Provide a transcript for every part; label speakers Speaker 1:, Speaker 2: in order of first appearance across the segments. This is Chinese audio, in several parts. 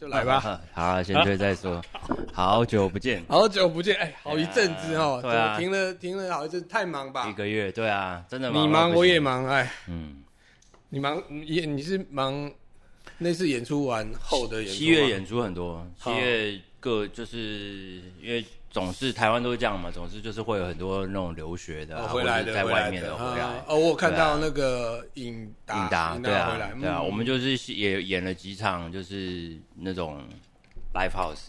Speaker 1: 就来吧。
Speaker 2: 好，先吹再说。好久不见，
Speaker 1: 好久不见，哎，好一阵子哦，
Speaker 2: 对啊
Speaker 1: 怎么停了停了好一阵子，太忙吧
Speaker 2: 一？个月，对啊，真的
Speaker 1: 你
Speaker 2: 忙
Speaker 1: 忙
Speaker 2: 到不行
Speaker 1: 我也，忙，哎，
Speaker 2: 嗯，
Speaker 1: 你忙你也你是忙那次演出完后的演出吗
Speaker 2: 七月演出很多，
Speaker 1: 好
Speaker 2: 七月各就是因为总是台湾都是这样嘛，总是就是会有很多那种留学的
Speaker 1: 哦
Speaker 2: 啊，
Speaker 1: 回来的
Speaker 2: 或者是在外面
Speaker 1: 的
Speaker 2: 的回来
Speaker 1: 啊。哦，我有看
Speaker 2: 对啊
Speaker 1: 到那个颖达
Speaker 2: 应答，对
Speaker 1: 回来
Speaker 2: 啊，，对啊，
Speaker 1: 嗯
Speaker 2: 我们就是也演了几场，就是那种 live house，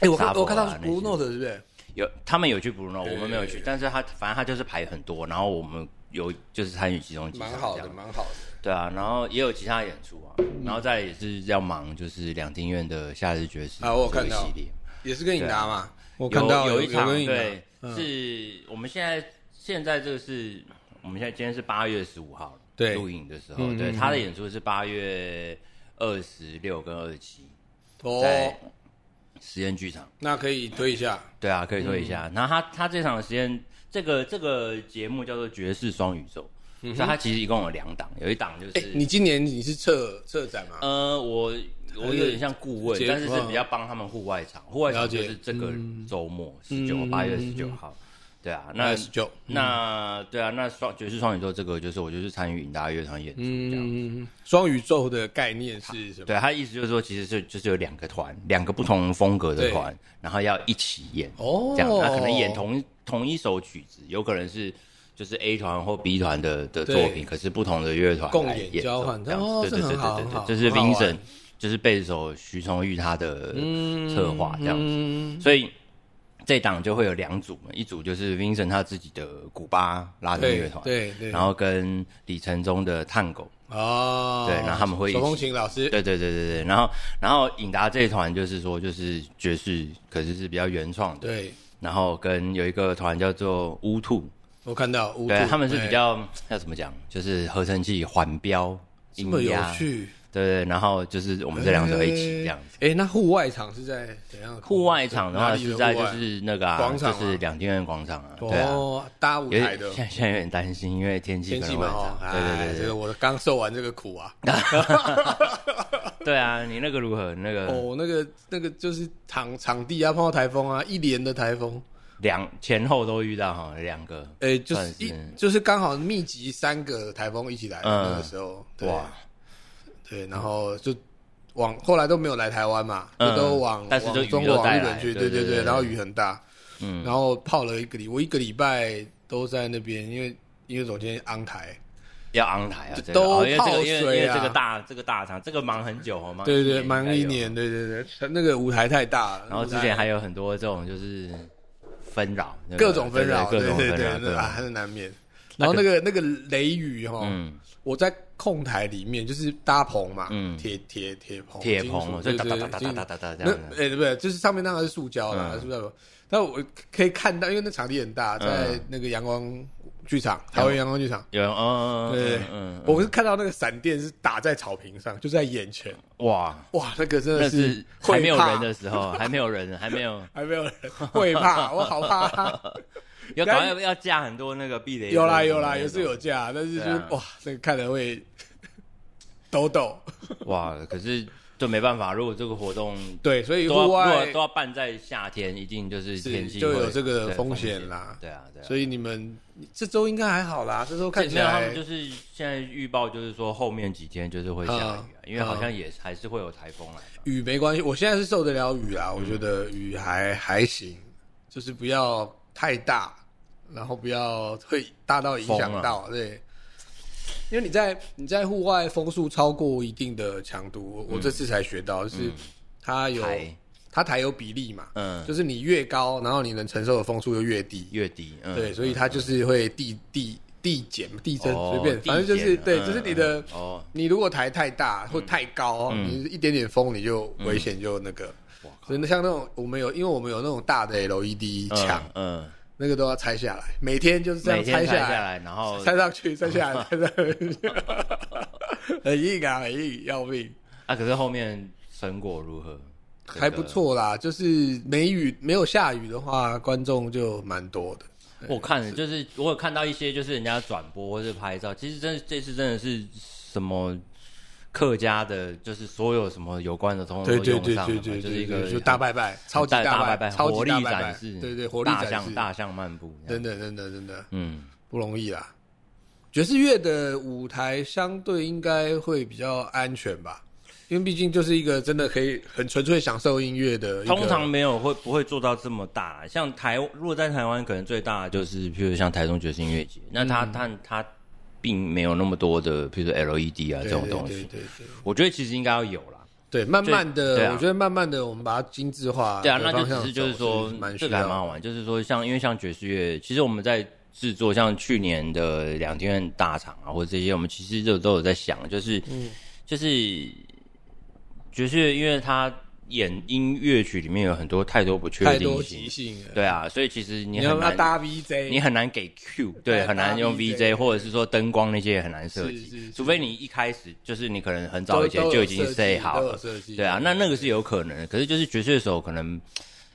Speaker 1: 哎，我
Speaker 2: 沙
Speaker 1: 看
Speaker 2: 佛啊
Speaker 1: 我看到是
Speaker 2: 那些
Speaker 1: Blue Note 的是不是？
Speaker 2: 有他们有去 Bruno，
Speaker 1: 对
Speaker 2: 我们没有
Speaker 1: 对
Speaker 2: 去
Speaker 1: 对，
Speaker 2: 但是他反正他就是排很多，然后我们有就是参与其中几场
Speaker 1: 蛮
Speaker 2: 这
Speaker 1: 好
Speaker 2: 样
Speaker 1: 的，。蛮好的。
Speaker 2: 对啊，然后也有其他演出啊，然后再也是要忙，就是两厅院的夏日爵士
Speaker 1: 啊我有
Speaker 2: 这个
Speaker 1: 看到
Speaker 2: 系列，
Speaker 1: 也是跟颖达嘛，我看到
Speaker 2: 啊有有一场
Speaker 1: 跟颖达
Speaker 2: 对，
Speaker 1: 嗯
Speaker 2: 是我们现在现在这个是我们现在今天是八月十五号
Speaker 1: 对
Speaker 2: 录影的时候
Speaker 1: 嗯，
Speaker 2: 对
Speaker 1: 嗯
Speaker 2: 他的演出是八月二十六跟二十七
Speaker 1: 哦
Speaker 2: 在，实验剧场，
Speaker 1: 那可以推一下
Speaker 2: 对啊，可以说一下。
Speaker 1: 嗯
Speaker 2: 然后他他这场实验这个这个节目叫做爵士双宇宙，
Speaker 1: 嗯
Speaker 2: 所以它其实一共有两档，有一档就是
Speaker 1: 哎、你今年你是策策展吗？
Speaker 2: 呃，我我有点像顾问
Speaker 1: 呃结，
Speaker 2: 但是是比较帮他们户外场，户外
Speaker 1: 了
Speaker 2: 场
Speaker 1: 解嗯
Speaker 2: 就是这个周末十九八月十九号，对啊，那
Speaker 1: 十九，
Speaker 2: 那对啊，那双爵士双宇宙这个就是我就是参与影大乐团演出这样。
Speaker 1: 嗯，双宇宙的概念是什么？
Speaker 2: 对啊他意思就是说，其实是就是有两个团，两个不同风格的团，然后要一起演，
Speaker 1: 哦
Speaker 2: 这样，那可能演同同一首曲子，有可能是就是 A 团或 B 团的的
Speaker 1: 对
Speaker 2: 作品，可是不同的乐团
Speaker 1: 共
Speaker 2: 来
Speaker 1: 演
Speaker 2: 演
Speaker 1: 交
Speaker 2: 奏
Speaker 1: 换
Speaker 2: 这样子，
Speaker 1: 哦
Speaker 2: 对
Speaker 1: 这
Speaker 2: 对对
Speaker 1: 很好
Speaker 2: 对
Speaker 1: 很
Speaker 2: 对
Speaker 1: 好
Speaker 2: 对，这是
Speaker 1: 很好玩
Speaker 2: Vincent，就是贝斯手徐崇玉他的策划这样子，
Speaker 1: 嗯，
Speaker 2: 所以这档就会有两组嘛，一组就是 Vincent 他自己的古巴拉丁乐
Speaker 1: 对
Speaker 2: 团，
Speaker 1: 对对，
Speaker 2: 然后跟李承宗的探狗。
Speaker 1: 哦，
Speaker 2: 对然后他们会一起
Speaker 1: 手风琴老师，
Speaker 2: 对对对对对，然后然后颖达这一团就是说就是爵士，可是是比较原创的，
Speaker 1: 对
Speaker 2: 然后跟有一个团叫做乌兔，
Speaker 1: 我看到乌
Speaker 2: 对
Speaker 1: 兔
Speaker 2: 他们是比
Speaker 1: 哎
Speaker 2: 较要怎么讲，就是合成器环标
Speaker 1: 这么
Speaker 2: 音
Speaker 1: 有
Speaker 2: 压，对
Speaker 1: 趣，
Speaker 2: 对，然后就是我们这两首一起这样子。
Speaker 1: 哎、哎那户外场是在怎样的空间？
Speaker 2: 户外场的
Speaker 1: 哪
Speaker 2: 话
Speaker 1: 里
Speaker 2: 是在
Speaker 1: 户
Speaker 2: 就
Speaker 1: 外
Speaker 2: 是那个啊
Speaker 1: 广场吗
Speaker 2: 就是两厅院广场啊，对啊，
Speaker 1: 哦，搭舞
Speaker 2: 有
Speaker 1: 台
Speaker 2: 点
Speaker 1: 的
Speaker 2: 现。在现在有点担心，因为天气
Speaker 1: 天
Speaker 2: 可
Speaker 1: 气
Speaker 2: 能
Speaker 1: 嘛，
Speaker 2: 会很
Speaker 1: 哦，
Speaker 2: 差啊对对
Speaker 1: 哎
Speaker 2: 对对
Speaker 1: 这个我刚受完这个苦啊，
Speaker 2: 对啊，你那个如何？那个
Speaker 1: 哦，那个那个就是场场地啊，碰到台风啊，一连的台风，
Speaker 2: 两前后都遇到哈，两个
Speaker 1: 哎、就是
Speaker 2: 算是
Speaker 1: 一就是刚好密集三个台风一起来的
Speaker 2: 嗯
Speaker 1: 那个时候，对
Speaker 2: 哇，
Speaker 1: 对，然后就往后来都没有来台湾嘛，
Speaker 2: 嗯
Speaker 1: 就都往
Speaker 2: 但是就
Speaker 1: 往
Speaker 2: 雨
Speaker 1: 中国
Speaker 2: 都
Speaker 1: 往
Speaker 2: 带来
Speaker 1: 日本去，
Speaker 2: 对
Speaker 1: 对
Speaker 2: 对对
Speaker 1: 然后雨很大，
Speaker 2: 嗯
Speaker 1: 然后泡了一个礼，我一个礼拜都在那边，因为因为总监安台，
Speaker 2: 要昂台啊，这个
Speaker 1: 都
Speaker 2: 哦因为这
Speaker 1: 泡
Speaker 2: 个因为因
Speaker 1: 水
Speaker 2: 为
Speaker 1: 啊
Speaker 2: 这个大这个大厂，这个忙很久哦，忙
Speaker 1: 对对，
Speaker 2: 应该
Speaker 1: 忙一
Speaker 2: 有。
Speaker 1: 年，对对对，那个舞台太大了，
Speaker 2: 然后之前还有很多这种就是纷扰，
Speaker 1: 啊
Speaker 2: 对不对
Speaker 1: 各种纷扰，
Speaker 2: 对对各种
Speaker 1: 对
Speaker 2: 纷
Speaker 1: 对
Speaker 2: 扰，
Speaker 1: 对，
Speaker 2: 各
Speaker 1: 啊，
Speaker 2: 种
Speaker 1: 还是难免。然后那个那个雷雨哈，
Speaker 2: 嗯，
Speaker 1: 我在控台里面就是搭棚嘛，
Speaker 2: 嗯
Speaker 1: 铁铁铁棚，
Speaker 2: 铁
Speaker 1: 金
Speaker 2: 棚
Speaker 1: 属
Speaker 2: 哦，就
Speaker 1: 对
Speaker 2: 哒哒
Speaker 1: 对
Speaker 2: 哒哒
Speaker 1: 金
Speaker 2: 哒哒哒哒这
Speaker 1: 那
Speaker 2: 样子。
Speaker 1: 哎、对不对？就是上面当然是塑胶啦，
Speaker 2: 嗯
Speaker 1: 是不是？但我可以看到，因为那场地很大，在那个阳光剧场，台湾阳光剧场，
Speaker 2: 有人嗯，
Speaker 1: 对
Speaker 2: 嗯嗯
Speaker 1: 我是看到那个闪电是打在草坪上，就在眼前，
Speaker 2: 嗯，哇，
Speaker 1: 哇，那个真
Speaker 2: 那
Speaker 1: 的
Speaker 2: 是
Speaker 1: 会
Speaker 2: 还没有
Speaker 1: 怕
Speaker 2: 人的时候，还没有人，还 没有，
Speaker 1: 还没有人会怕，我好 怕。
Speaker 2: 要搞要要架很多那个避雷针
Speaker 1: 有啦
Speaker 2: 什么
Speaker 1: 有啦，
Speaker 2: 那
Speaker 1: 也
Speaker 2: 种
Speaker 1: 是有价，但是就是、
Speaker 2: 对啊
Speaker 1: 哇，那个看了会抖抖。
Speaker 2: 哇，可是就没办法，如果这个活动
Speaker 1: 对，所以
Speaker 2: 都要
Speaker 1: 户
Speaker 2: 如
Speaker 1: 外
Speaker 2: 果都要办在夏天，一定就是
Speaker 1: 是
Speaker 2: 天气
Speaker 1: 就
Speaker 2: 会
Speaker 1: 有这个
Speaker 2: 对
Speaker 1: 风
Speaker 2: 风
Speaker 1: 险啦
Speaker 2: 对啊，对啊。
Speaker 1: 所以你们这周应该还好啦，这周看起
Speaker 2: 没有，他
Speaker 1: 来
Speaker 2: 们就是现在预报，就是说后面几天就是会下雨、啊，
Speaker 1: 嗯
Speaker 2: 因为好像也还是会有台风来嘛。
Speaker 1: 雨没关系，我现在是受得了雨啊啦，
Speaker 2: 嗯
Speaker 1: 我觉得雨还还行，就是不要太大，然后不要会大到影响到、
Speaker 2: 啊
Speaker 1: 对。因为你在你在户外风速超过一定的强度，
Speaker 2: 嗯
Speaker 1: 我我这次才学到，就是它有、
Speaker 2: 台
Speaker 1: 它台有比例嘛，
Speaker 2: 嗯，
Speaker 1: 就是你越高，然后你能承受的风速就越低，
Speaker 2: 月底，嗯，
Speaker 1: 对，所以它就是会递递递减、递增，
Speaker 2: 哦
Speaker 1: 随便，反正就是
Speaker 2: 递减
Speaker 1: 对，
Speaker 2: 嗯
Speaker 1: 只是你的
Speaker 2: 嗯哦，
Speaker 1: 你如果台太大或太高，
Speaker 2: 嗯
Speaker 1: 你一点点风你就危险就那个。所以那像那种我们有，因为我们有那种大的 LED 墙，
Speaker 2: 嗯，嗯，
Speaker 1: 那个都要拆下来，每天就是这
Speaker 2: 每
Speaker 1: 样拆
Speaker 2: 天下
Speaker 1: 下来，
Speaker 2: 来，然后
Speaker 1: 拆上去，拆下 来，拆上去， 很硬啊， 很硬，要命。
Speaker 2: 啊，可是后面成果如何？这个
Speaker 1: 还不。错啦，就是没雨没有下雨的话，观众就蛮多的。
Speaker 2: 我看了，就是我有看到一些，就是人家转播或是拍照，其实真的这次真的是什么客家的，就是所有什么有关的，通通
Speaker 1: 对
Speaker 2: 都
Speaker 1: 对
Speaker 2: 哦用
Speaker 1: 对
Speaker 2: 上
Speaker 1: 对
Speaker 2: 了嘛，
Speaker 1: 对
Speaker 2: 就是一
Speaker 1: 对
Speaker 2: 个
Speaker 1: 对，就大拜拜，超级
Speaker 2: 大
Speaker 1: 拜
Speaker 2: 拜，
Speaker 1: 超
Speaker 2: 活
Speaker 1: 级
Speaker 2: 力
Speaker 1: 大拜
Speaker 2: 展
Speaker 1: 拜
Speaker 2: 示，，
Speaker 1: 对对，活力
Speaker 2: 大
Speaker 1: 展
Speaker 2: 象
Speaker 1: 示，
Speaker 2: 大象漫步，这样
Speaker 1: 真的真的真的
Speaker 2: 嗯，
Speaker 1: 不容易啊。爵士乐的舞台相对应该会比较安全吧，因为毕竟就是一个真的可以很纯粹享受音乐的一个。
Speaker 2: 通常没有会不会做到这么大，像台如果在台湾可能最大的就是，譬如像台中爵士音乐节，那它
Speaker 1: 嗯
Speaker 2: 它它并没有那么多的，譬如说 LED 啊
Speaker 1: 对对
Speaker 2: 这种东
Speaker 1: 对
Speaker 2: 西，
Speaker 1: 对对
Speaker 2: 我觉得其实应该要有啦。
Speaker 1: 对，慢慢的，
Speaker 2: 对啊
Speaker 1: 我觉得慢慢的，我们把它精致化。
Speaker 2: 对啊，那就
Speaker 1: 方向
Speaker 2: 只是就是说
Speaker 1: 走蛮，需
Speaker 2: 这个还
Speaker 1: 要
Speaker 2: 蛮好玩。就是说像，因为像爵士乐，其实我们在制作像去年的两天大厂啊，或者这些，我们其实都都有在想，就是、
Speaker 1: 嗯
Speaker 2: 就是爵士乐，因为它演音乐曲里面有很多太多不确
Speaker 1: 太
Speaker 2: 定
Speaker 1: 多即
Speaker 2: 性，
Speaker 1: 兴了。
Speaker 2: 对啊，所以其实你
Speaker 1: 你要
Speaker 2: 很
Speaker 1: 不要
Speaker 2: 难
Speaker 1: 搭 VJ？
Speaker 2: 你很难给 Q，对，
Speaker 1: 搭
Speaker 2: 很难用
Speaker 1: VJ
Speaker 2: VJ，或者是说灯光那些也很难设
Speaker 1: 是是
Speaker 2: 计
Speaker 1: 是，
Speaker 2: 除非你一开始就是你可能很
Speaker 1: 都
Speaker 2: 早以前
Speaker 1: 都有
Speaker 2: 就已经
Speaker 1: 设计
Speaker 2: say 好
Speaker 1: 都
Speaker 2: 了
Speaker 1: 有，设计
Speaker 2: 对啊，那那个是有可能的，可是就是爵士手可能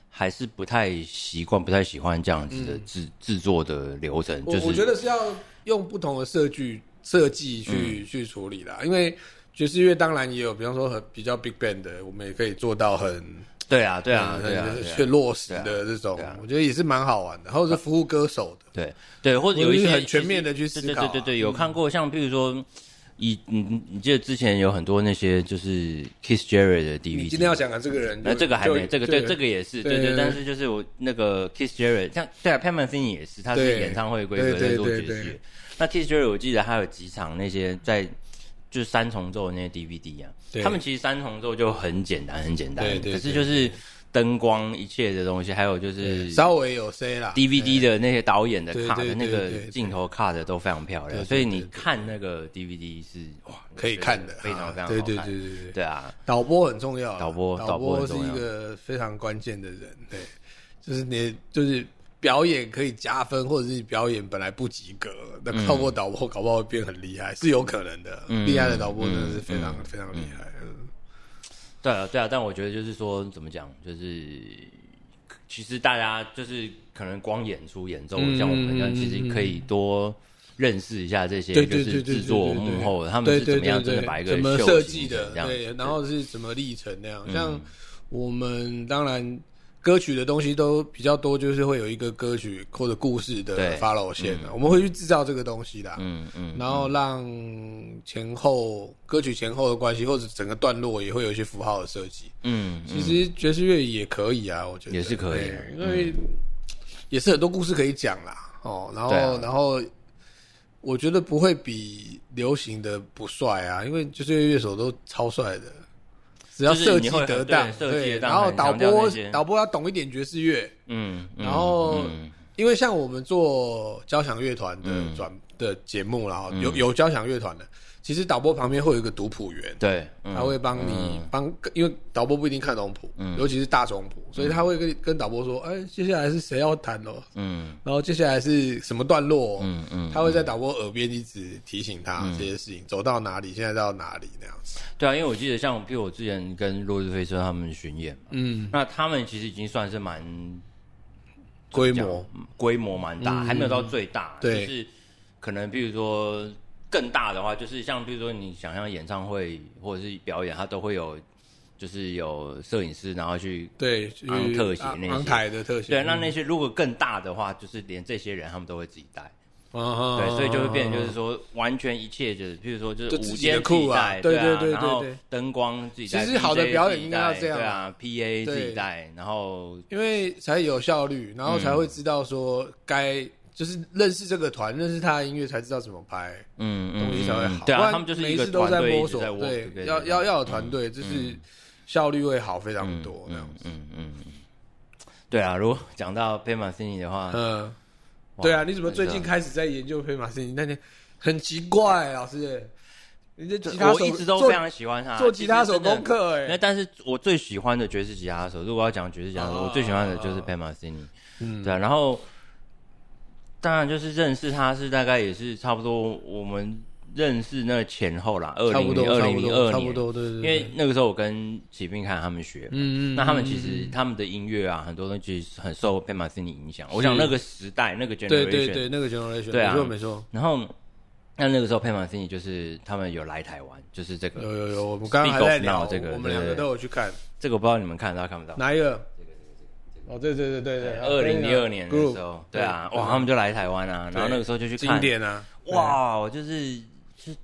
Speaker 2: 还是不太习惯，不太喜欢这样子的制制、作的流程，
Speaker 1: 嗯我、
Speaker 2: 就是
Speaker 1: 我觉得是要用不同的设计设计
Speaker 2: 嗯
Speaker 1: 去、去处理啦，因为爵士乐当然也有，比方说很比较 big band 的，我们也可以做到很呃
Speaker 2: 对啊，对啊，对啊，
Speaker 1: 嗯很
Speaker 2: 对
Speaker 1: 去
Speaker 2: 啊
Speaker 1: 落实的这种，我觉得也是蛮好玩的，或者是服务歌手的，
Speaker 2: 对对，或者有一
Speaker 1: 我
Speaker 2: 些
Speaker 1: 们是很全面地去
Speaker 2: 其实
Speaker 1: 思考啊
Speaker 2: 对对对对，有看过像比如说。以你你你记得之前有很多那些就是 Kiss Jerry 的 DVD，
Speaker 1: 你今天要讲的这个人就，
Speaker 2: 那这个还
Speaker 1: 就
Speaker 2: 没，这个对，
Speaker 1: 就
Speaker 2: 这个也是，
Speaker 1: 对
Speaker 2: 对对。
Speaker 1: 对
Speaker 2: 但是就是我那个 Kiss Jerry，像对啊 p a m a n t h i n 也是，他是
Speaker 1: 对
Speaker 2: 演唱会规格
Speaker 1: 对
Speaker 2: 在
Speaker 1: 对
Speaker 2: 做
Speaker 1: 对
Speaker 2: 爵士乐
Speaker 1: 对。
Speaker 2: 那 Kiss Jerry 我记得他有几场那些在就是三重奏的那些 DVD 啊
Speaker 1: 对，
Speaker 2: 他们其实三重奏就很简单，很简单
Speaker 1: 对，对
Speaker 2: 可
Speaker 1: 对
Speaker 2: 是就是灯光一切的东西，还有就是
Speaker 1: 稍微有 C 啦
Speaker 2: DVD 的那些导演的
Speaker 1: 对
Speaker 2: 卡
Speaker 1: 对
Speaker 2: 的那
Speaker 1: 对
Speaker 2: 个
Speaker 1: 对对
Speaker 2: 镜头卡的都非常漂
Speaker 1: 对
Speaker 2: 亮，
Speaker 1: 对
Speaker 2: 所以
Speaker 1: 对
Speaker 2: 你
Speaker 1: 对
Speaker 2: 看那个 DVD 是哇，
Speaker 1: 可以看的，
Speaker 2: 非常非常
Speaker 1: 对
Speaker 2: 好
Speaker 1: 对
Speaker 2: 看
Speaker 1: 对对对。
Speaker 2: 对啊，
Speaker 1: 导播很重要啊，
Speaker 2: 导播
Speaker 1: 导
Speaker 2: 导播
Speaker 1: 播
Speaker 2: 很
Speaker 1: 是
Speaker 2: 重
Speaker 1: 一
Speaker 2: 要
Speaker 1: 个非常关键的人，对，就是你就是表演可以加分，或者是表演本来不及格，那
Speaker 2: 嗯
Speaker 1: 透过导播搞不好会变很厉害，是有可能的。厉害的导播真的是非常
Speaker 2: 嗯
Speaker 1: 非常厉害。嗯
Speaker 2: 对啊，对啊，但我觉得就是说，怎么讲，就是其实大家就是可能光演出演奏，
Speaker 1: 嗯
Speaker 2: 像我们这样，其实可以多认识一下这些
Speaker 1: 对
Speaker 2: 就
Speaker 1: 对对
Speaker 2: 是
Speaker 1: 对，
Speaker 2: 制作
Speaker 1: 对对
Speaker 2: 幕
Speaker 1: 对
Speaker 2: 后的他
Speaker 1: 对
Speaker 2: 们是
Speaker 1: 对
Speaker 2: 怎么样
Speaker 1: 对
Speaker 2: 真的
Speaker 1: 对
Speaker 2: 把一个
Speaker 1: 怎么
Speaker 2: 秀
Speaker 1: 设
Speaker 2: 形
Speaker 1: 计的
Speaker 2: 成，这样
Speaker 1: 对
Speaker 2: 子，嗯
Speaker 1: 然后是怎么历程那样。像我们当然歌曲的东西都比较多，就是会有一个歌曲或者故事的
Speaker 2: 对
Speaker 1: follow 线啊，我们会去制造这个东西啦。
Speaker 2: 嗯嗯，
Speaker 1: 然后让前后歌曲前后的关系，或者整个段落也会有一些符号的设计。
Speaker 2: 嗯，
Speaker 1: 其实爵士乐也可以啊，我觉得
Speaker 2: 也是可以
Speaker 1: 对
Speaker 2: 嗯
Speaker 1: 因为也是很多故事可以讲啦。哦，然后、
Speaker 2: 对啊
Speaker 1: 然后我觉得不会比流行的不帅啊，因为爵士乐乐手都超帅的，只要
Speaker 2: 就是
Speaker 1: 设
Speaker 2: 你
Speaker 1: 计
Speaker 2: 会很
Speaker 1: 得
Speaker 2: 对
Speaker 1: 当，
Speaker 2: 设计得当
Speaker 1: 然后
Speaker 2: 很
Speaker 1: 导
Speaker 2: 强调
Speaker 1: 播
Speaker 2: 那些
Speaker 1: 导播要懂一点爵士乐，
Speaker 2: 嗯，嗯
Speaker 1: 然后
Speaker 2: 嗯
Speaker 1: 因为像我们做交响乐团的转、的节目啦，
Speaker 2: 嗯
Speaker 1: 有有交响乐团的，其实导播旁边会有一个读谱员，
Speaker 2: 对，嗯
Speaker 1: 他会帮你帮，因为导播不一定看懂谱，尤其是大众谱，所以他会跟跟导播说，哎，接下来是谁要弹哦，
Speaker 2: 嗯
Speaker 1: 然后接下来是什么段落、哦，
Speaker 2: 嗯嗯，
Speaker 1: 他会在导播耳边一直提醒他这些事情，走到哪里，现在到哪里那样子，
Speaker 2: 对啊，因为我记得像，譬如我之前跟落日飞车他们巡演嘛，
Speaker 1: 嗯，
Speaker 2: 那他们其实已经算是蛮
Speaker 1: 规模，
Speaker 2: 嗯规模蛮大，还没有到最大，
Speaker 1: 嗯对
Speaker 2: 就是可能比如说更大的话，就是像比如说你想象演唱会或者是表演，它都会有就是有摄影师，然后去
Speaker 1: 对，就是
Speaker 2: 昂特写那些
Speaker 1: 昂台的特写，
Speaker 2: 对，那那些如果更大的话，就是连这些人他们都会自己带，
Speaker 1: 对
Speaker 2: 对，所以就会变成就是说完全一切就是，譬如说就是
Speaker 1: 哦就自
Speaker 2: 午
Speaker 1: 己
Speaker 2: 间
Speaker 1: 的
Speaker 2: 自己
Speaker 1: 库啊
Speaker 2: 带，
Speaker 1: 对
Speaker 2: 对啊
Speaker 1: 对对
Speaker 2: 然后
Speaker 1: 对对
Speaker 2: 灯光自己带，
Speaker 1: 其实好的
Speaker 2: DJ
Speaker 1: 表演
Speaker 2: 自己
Speaker 1: 应该要
Speaker 2: 带
Speaker 1: 这样
Speaker 2: 对
Speaker 1: 啊
Speaker 2: 啊，PA 自己
Speaker 1: 对
Speaker 2: 带，然后
Speaker 1: 因为才有效率，然后才
Speaker 2: 嗯
Speaker 1: 会知道说该、就是认识这个团，认识他的音乐，才知道怎么拍
Speaker 2: 嗯嗯，
Speaker 1: 东西才会好。
Speaker 2: 对
Speaker 1: 不
Speaker 2: 啊，
Speaker 1: 然
Speaker 2: 他们就是
Speaker 1: 每
Speaker 2: 一
Speaker 1: 一
Speaker 2: 个
Speaker 1: 次都
Speaker 2: 团
Speaker 1: 在
Speaker 2: 队一
Speaker 1: 摸
Speaker 2: 直
Speaker 1: 索，
Speaker 2: 在 work
Speaker 1: 对
Speaker 2: together，，
Speaker 1: 要要要有团队，就是效率会好非常多那样子。
Speaker 2: 嗯嗯嗯，对啊，如果讲到 p a y m a s i n i 的话，
Speaker 1: 嗯，
Speaker 2: 哇
Speaker 1: 对啊，你怎么最
Speaker 2: 真
Speaker 1: 近
Speaker 2: 的
Speaker 1: 开始在研究飞马斯尼？那天很奇怪，啊老师，你的吉他手
Speaker 2: 我一直都
Speaker 1: 做
Speaker 2: 非常喜欢他
Speaker 1: 做吉他手功。课
Speaker 2: 其实真的那
Speaker 1: 哎，
Speaker 2: 但是我最喜欢的爵士吉他手，如果要讲爵士吉他手，
Speaker 1: 哦
Speaker 2: 我最喜欢的就是 p a y m a s i n i 嗯，对啊，然后当然就是认识他是大概也是差不多我们认识那前后啦，二
Speaker 1: 差不多
Speaker 2: 零零二
Speaker 1: 差
Speaker 2: 零
Speaker 1: 不
Speaker 2: 零
Speaker 1: 多
Speaker 2: 二
Speaker 1: 差
Speaker 2: 年
Speaker 1: 不，多，对对，对
Speaker 2: 因为那个时候我跟启斌看他们学，
Speaker 1: 嗯嗯
Speaker 2: 嗯，那他们其实他们的音乐啊，很多东西很受 p a m a s i n i 影响。我想那个时代那个 generation，
Speaker 1: 对对对，那个 generation
Speaker 2: 对啊
Speaker 1: 没错没错，
Speaker 2: 然后那那个时候，佩凡 c i 就是他们有来台湾，就是这个
Speaker 1: 有有有，我们刚刚还在聊
Speaker 2: Speak of Now 这个
Speaker 1: 我们两个
Speaker 2: 对
Speaker 1: 都有去看
Speaker 2: 这个，我不知道你们看得到看不到。
Speaker 1: 哪一个？哦，对对对对对，
Speaker 2: 二零一二年的
Speaker 1: Group，嗯
Speaker 2: 时候，对啊，哇，他们就来台湾啊，然后那个时候就去
Speaker 1: 经
Speaker 2: 看，
Speaker 1: 典啊，
Speaker 2: 哇，我就是是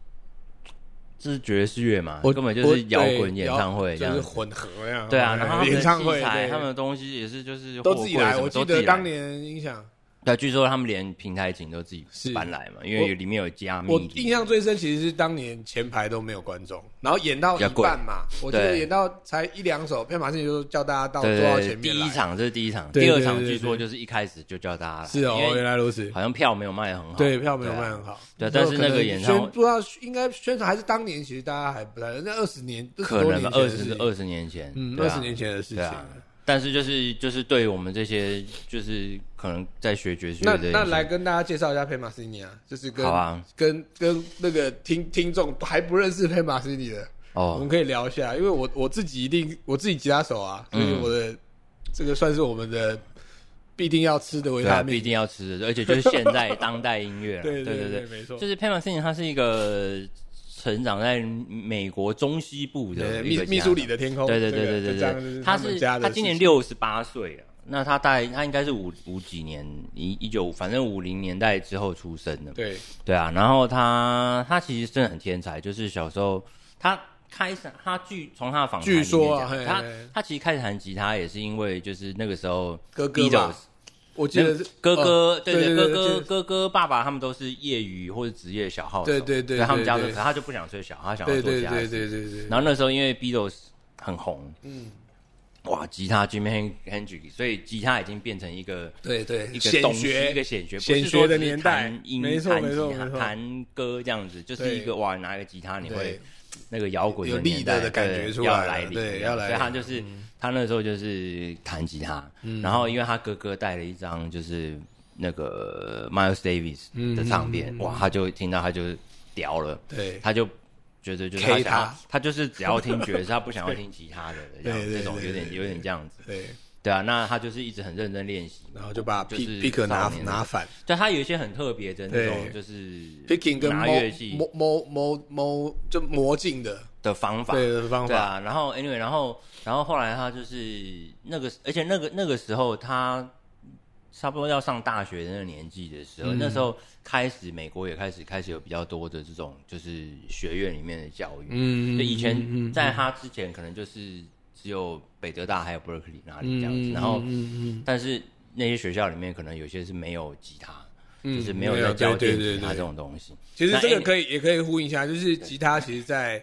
Speaker 2: 这是爵士乐嘛，
Speaker 1: 我
Speaker 2: 根本就
Speaker 1: 我
Speaker 2: 是摇滚演唱会
Speaker 1: 对
Speaker 2: 这
Speaker 1: 就
Speaker 2: 样
Speaker 1: 是
Speaker 2: 子，
Speaker 1: 混合呀，嗯
Speaker 2: 对啊，然后他们的
Speaker 1: 演唱会
Speaker 2: 器材
Speaker 1: 对
Speaker 2: 他们的东西也是就是
Speaker 1: 都自己来，
Speaker 2: 货
Speaker 1: 我
Speaker 2: 柜什
Speaker 1: 记
Speaker 2: 么都自
Speaker 1: 得
Speaker 2: 己来
Speaker 1: 当年音响，
Speaker 2: 对，据说他们连平台景都自己
Speaker 1: 是
Speaker 2: 搬来嘛，因为有里面有加密
Speaker 1: 我
Speaker 2: 景
Speaker 1: 印象最深其实是当年前排都没有观众，然后演到
Speaker 2: 比较
Speaker 1: 一
Speaker 2: 贵
Speaker 1: 半嘛，我记得
Speaker 2: 对
Speaker 1: 演到才一两首，片马信就叫大家到坐
Speaker 2: 对
Speaker 1: 到
Speaker 2: 对对，
Speaker 1: 前
Speaker 2: 第
Speaker 1: 面来
Speaker 2: 一场这是第一场，
Speaker 1: 对
Speaker 2: 第二
Speaker 1: 对
Speaker 2: 场
Speaker 1: 对
Speaker 2: 据说
Speaker 1: 对
Speaker 2: 就是一开始就叫大家来，
Speaker 1: 是哦，
Speaker 2: 因为
Speaker 1: 原来如此。
Speaker 2: 好像票没有卖得很好，
Speaker 1: 对，票没有
Speaker 2: 对啊
Speaker 1: 卖很好。
Speaker 2: 对但是那个演唱会
Speaker 1: 宣不知道应该宣传还是当年，其实大家还不太那二十年，
Speaker 2: 可
Speaker 1: 20多
Speaker 2: 能啊
Speaker 1: 年前
Speaker 2: 二
Speaker 1: 的事
Speaker 2: 十
Speaker 1: 情
Speaker 2: 二十年前，
Speaker 1: 嗯，
Speaker 2: 对
Speaker 1: 二
Speaker 2: 啊
Speaker 1: 十年前的事
Speaker 2: 对
Speaker 1: 情。
Speaker 2: 啊。但是就是就是对于我们这些就是可能在学爵士
Speaker 1: 那
Speaker 2: 乐的一些，
Speaker 1: 那来跟大家介绍一下佩马斯尼啊，就是跟
Speaker 2: 好啊
Speaker 1: 跟跟那个听听众还不认识佩马斯尼的，我
Speaker 2: 哦
Speaker 1: 们，可以聊一下，因为我我自己一定我自己吉他手啊，所以
Speaker 2: 嗯
Speaker 1: 我的这个算是我们的必定要吃的维
Speaker 2: 对
Speaker 1: 他
Speaker 2: 啊，必
Speaker 1: 命。
Speaker 2: 定要吃的，而且就是现 在当代音乐啦，
Speaker 1: 对
Speaker 2: 对
Speaker 1: 对
Speaker 2: 对，
Speaker 1: 没错
Speaker 2: 就。是 p a m a s i n 他是一个成长在美国中西部
Speaker 1: 对
Speaker 2: 的一
Speaker 1: 密
Speaker 2: 个
Speaker 1: 密
Speaker 2: 家
Speaker 1: 苏
Speaker 2: 长
Speaker 1: 里的天空，
Speaker 2: 对对对
Speaker 1: 哦这个
Speaker 2: 对对
Speaker 1: 这张就
Speaker 2: 对，他
Speaker 1: 们
Speaker 2: 是
Speaker 1: 家的
Speaker 2: 他今年
Speaker 1: 事
Speaker 2: 六十八岁了，那他大概他应该是五五几年一一九反正五零年代之后出生的
Speaker 1: 情，，对
Speaker 2: 对啊，然后他他其实真的很天才，就是小时候他开始他据从他的访谈
Speaker 1: 据说啊
Speaker 2: 里面
Speaker 1: 嘿
Speaker 2: 讲他
Speaker 1: 嘿
Speaker 2: 他其实开始弹吉他也是因为就是那个时候
Speaker 1: 哥哥吧
Speaker 2: Beatles
Speaker 1: 我记得是
Speaker 2: 哥哥
Speaker 1: 哦，
Speaker 2: 对
Speaker 1: 对
Speaker 2: 哥
Speaker 1: 对
Speaker 2: 哥
Speaker 1: 对
Speaker 2: 哥哥爸爸他们都是业余或者职业小号手，
Speaker 1: 对对对
Speaker 2: 所以他们
Speaker 1: 对
Speaker 2: 家就
Speaker 1: 对
Speaker 2: 可他就不想吹小号，他想要
Speaker 1: 对
Speaker 2: 做
Speaker 1: 对
Speaker 2: 家
Speaker 1: 对对对对，
Speaker 2: 然后那时候因为 Beatles 很红，
Speaker 1: 嗯，
Speaker 2: 哇，吉他 Jimi Hendrix，所以吉他已经变成一个
Speaker 1: 对对
Speaker 2: 一个
Speaker 1: 显
Speaker 2: 东西，
Speaker 1: 学
Speaker 2: 一个显学，不
Speaker 1: 显
Speaker 2: 是说
Speaker 1: 学的
Speaker 2: 只是
Speaker 1: 年代
Speaker 2: 弹音
Speaker 1: 没错
Speaker 2: 弹
Speaker 1: 没错
Speaker 2: 吉他
Speaker 1: 没错
Speaker 2: 弹歌这样子，就是
Speaker 1: 对
Speaker 2: 一个哇，拿一个吉他你
Speaker 1: 对
Speaker 2: 会那个摇滚
Speaker 1: 有
Speaker 2: 年代
Speaker 1: leader 的感觉
Speaker 2: 对
Speaker 1: 出来
Speaker 2: 要
Speaker 1: 了嗯
Speaker 2: 来临
Speaker 1: 对
Speaker 2: 这样
Speaker 1: 要来
Speaker 2: 所以他
Speaker 1: 临
Speaker 2: 就是他那时候就是弹吉他，
Speaker 1: 嗯
Speaker 2: 然后因为他哥哥带了一张就是那个 Miles Davis 的唱
Speaker 1: 嗯
Speaker 2: 片，哇，他就听到他就屌了，
Speaker 1: 对
Speaker 2: 他就觉得就是他
Speaker 1: K
Speaker 2: 想要
Speaker 1: 他，
Speaker 2: 他就是只要听爵士，他不想要听其他的，这样
Speaker 1: 对对
Speaker 2: 这种
Speaker 1: 对
Speaker 2: 有点
Speaker 1: 对
Speaker 2: 有点这样子，
Speaker 1: 对，
Speaker 2: 对啊，那他就是一直很认真练习，
Speaker 1: 然后就把
Speaker 2: 就
Speaker 1: pick
Speaker 2: 是
Speaker 1: pick 拿
Speaker 2: 少年的
Speaker 1: 拿反
Speaker 2: 但他有一些很特别的那
Speaker 1: 对
Speaker 2: 种，就是
Speaker 1: ，picking 跟
Speaker 2: 拿乐器
Speaker 1: 磨磨磨磨就磨镜的
Speaker 2: 的方法，
Speaker 1: 对的方
Speaker 2: 对
Speaker 1: 法，
Speaker 2: 啊，然后 anyway，然后然后后来他就是那个，而且那个那个时候他差不多要上大学的那个年纪的时候，那
Speaker 1: 嗯
Speaker 2: 时候开始美国也开始开始有比较多的这种就是学院里面的教育，
Speaker 1: 嗯
Speaker 2: 就以前
Speaker 1: 嗯
Speaker 2: 在他之前可能就是只有北德大还有 Berkeley 那里这样子，
Speaker 1: 嗯
Speaker 2: 然后
Speaker 1: 嗯嗯
Speaker 2: 但是那些学校里面可能有些是没有吉他，
Speaker 1: 嗯
Speaker 2: 就是没有
Speaker 1: 没有
Speaker 2: 在教
Speaker 1: 对
Speaker 2: 电
Speaker 1: 对
Speaker 2: 吉他
Speaker 1: 对对
Speaker 2: 这种东西。
Speaker 1: 其实这
Speaker 2: 那
Speaker 1: 个
Speaker 2: any-
Speaker 1: 可以也可以呼应一下，就是吉他其实，在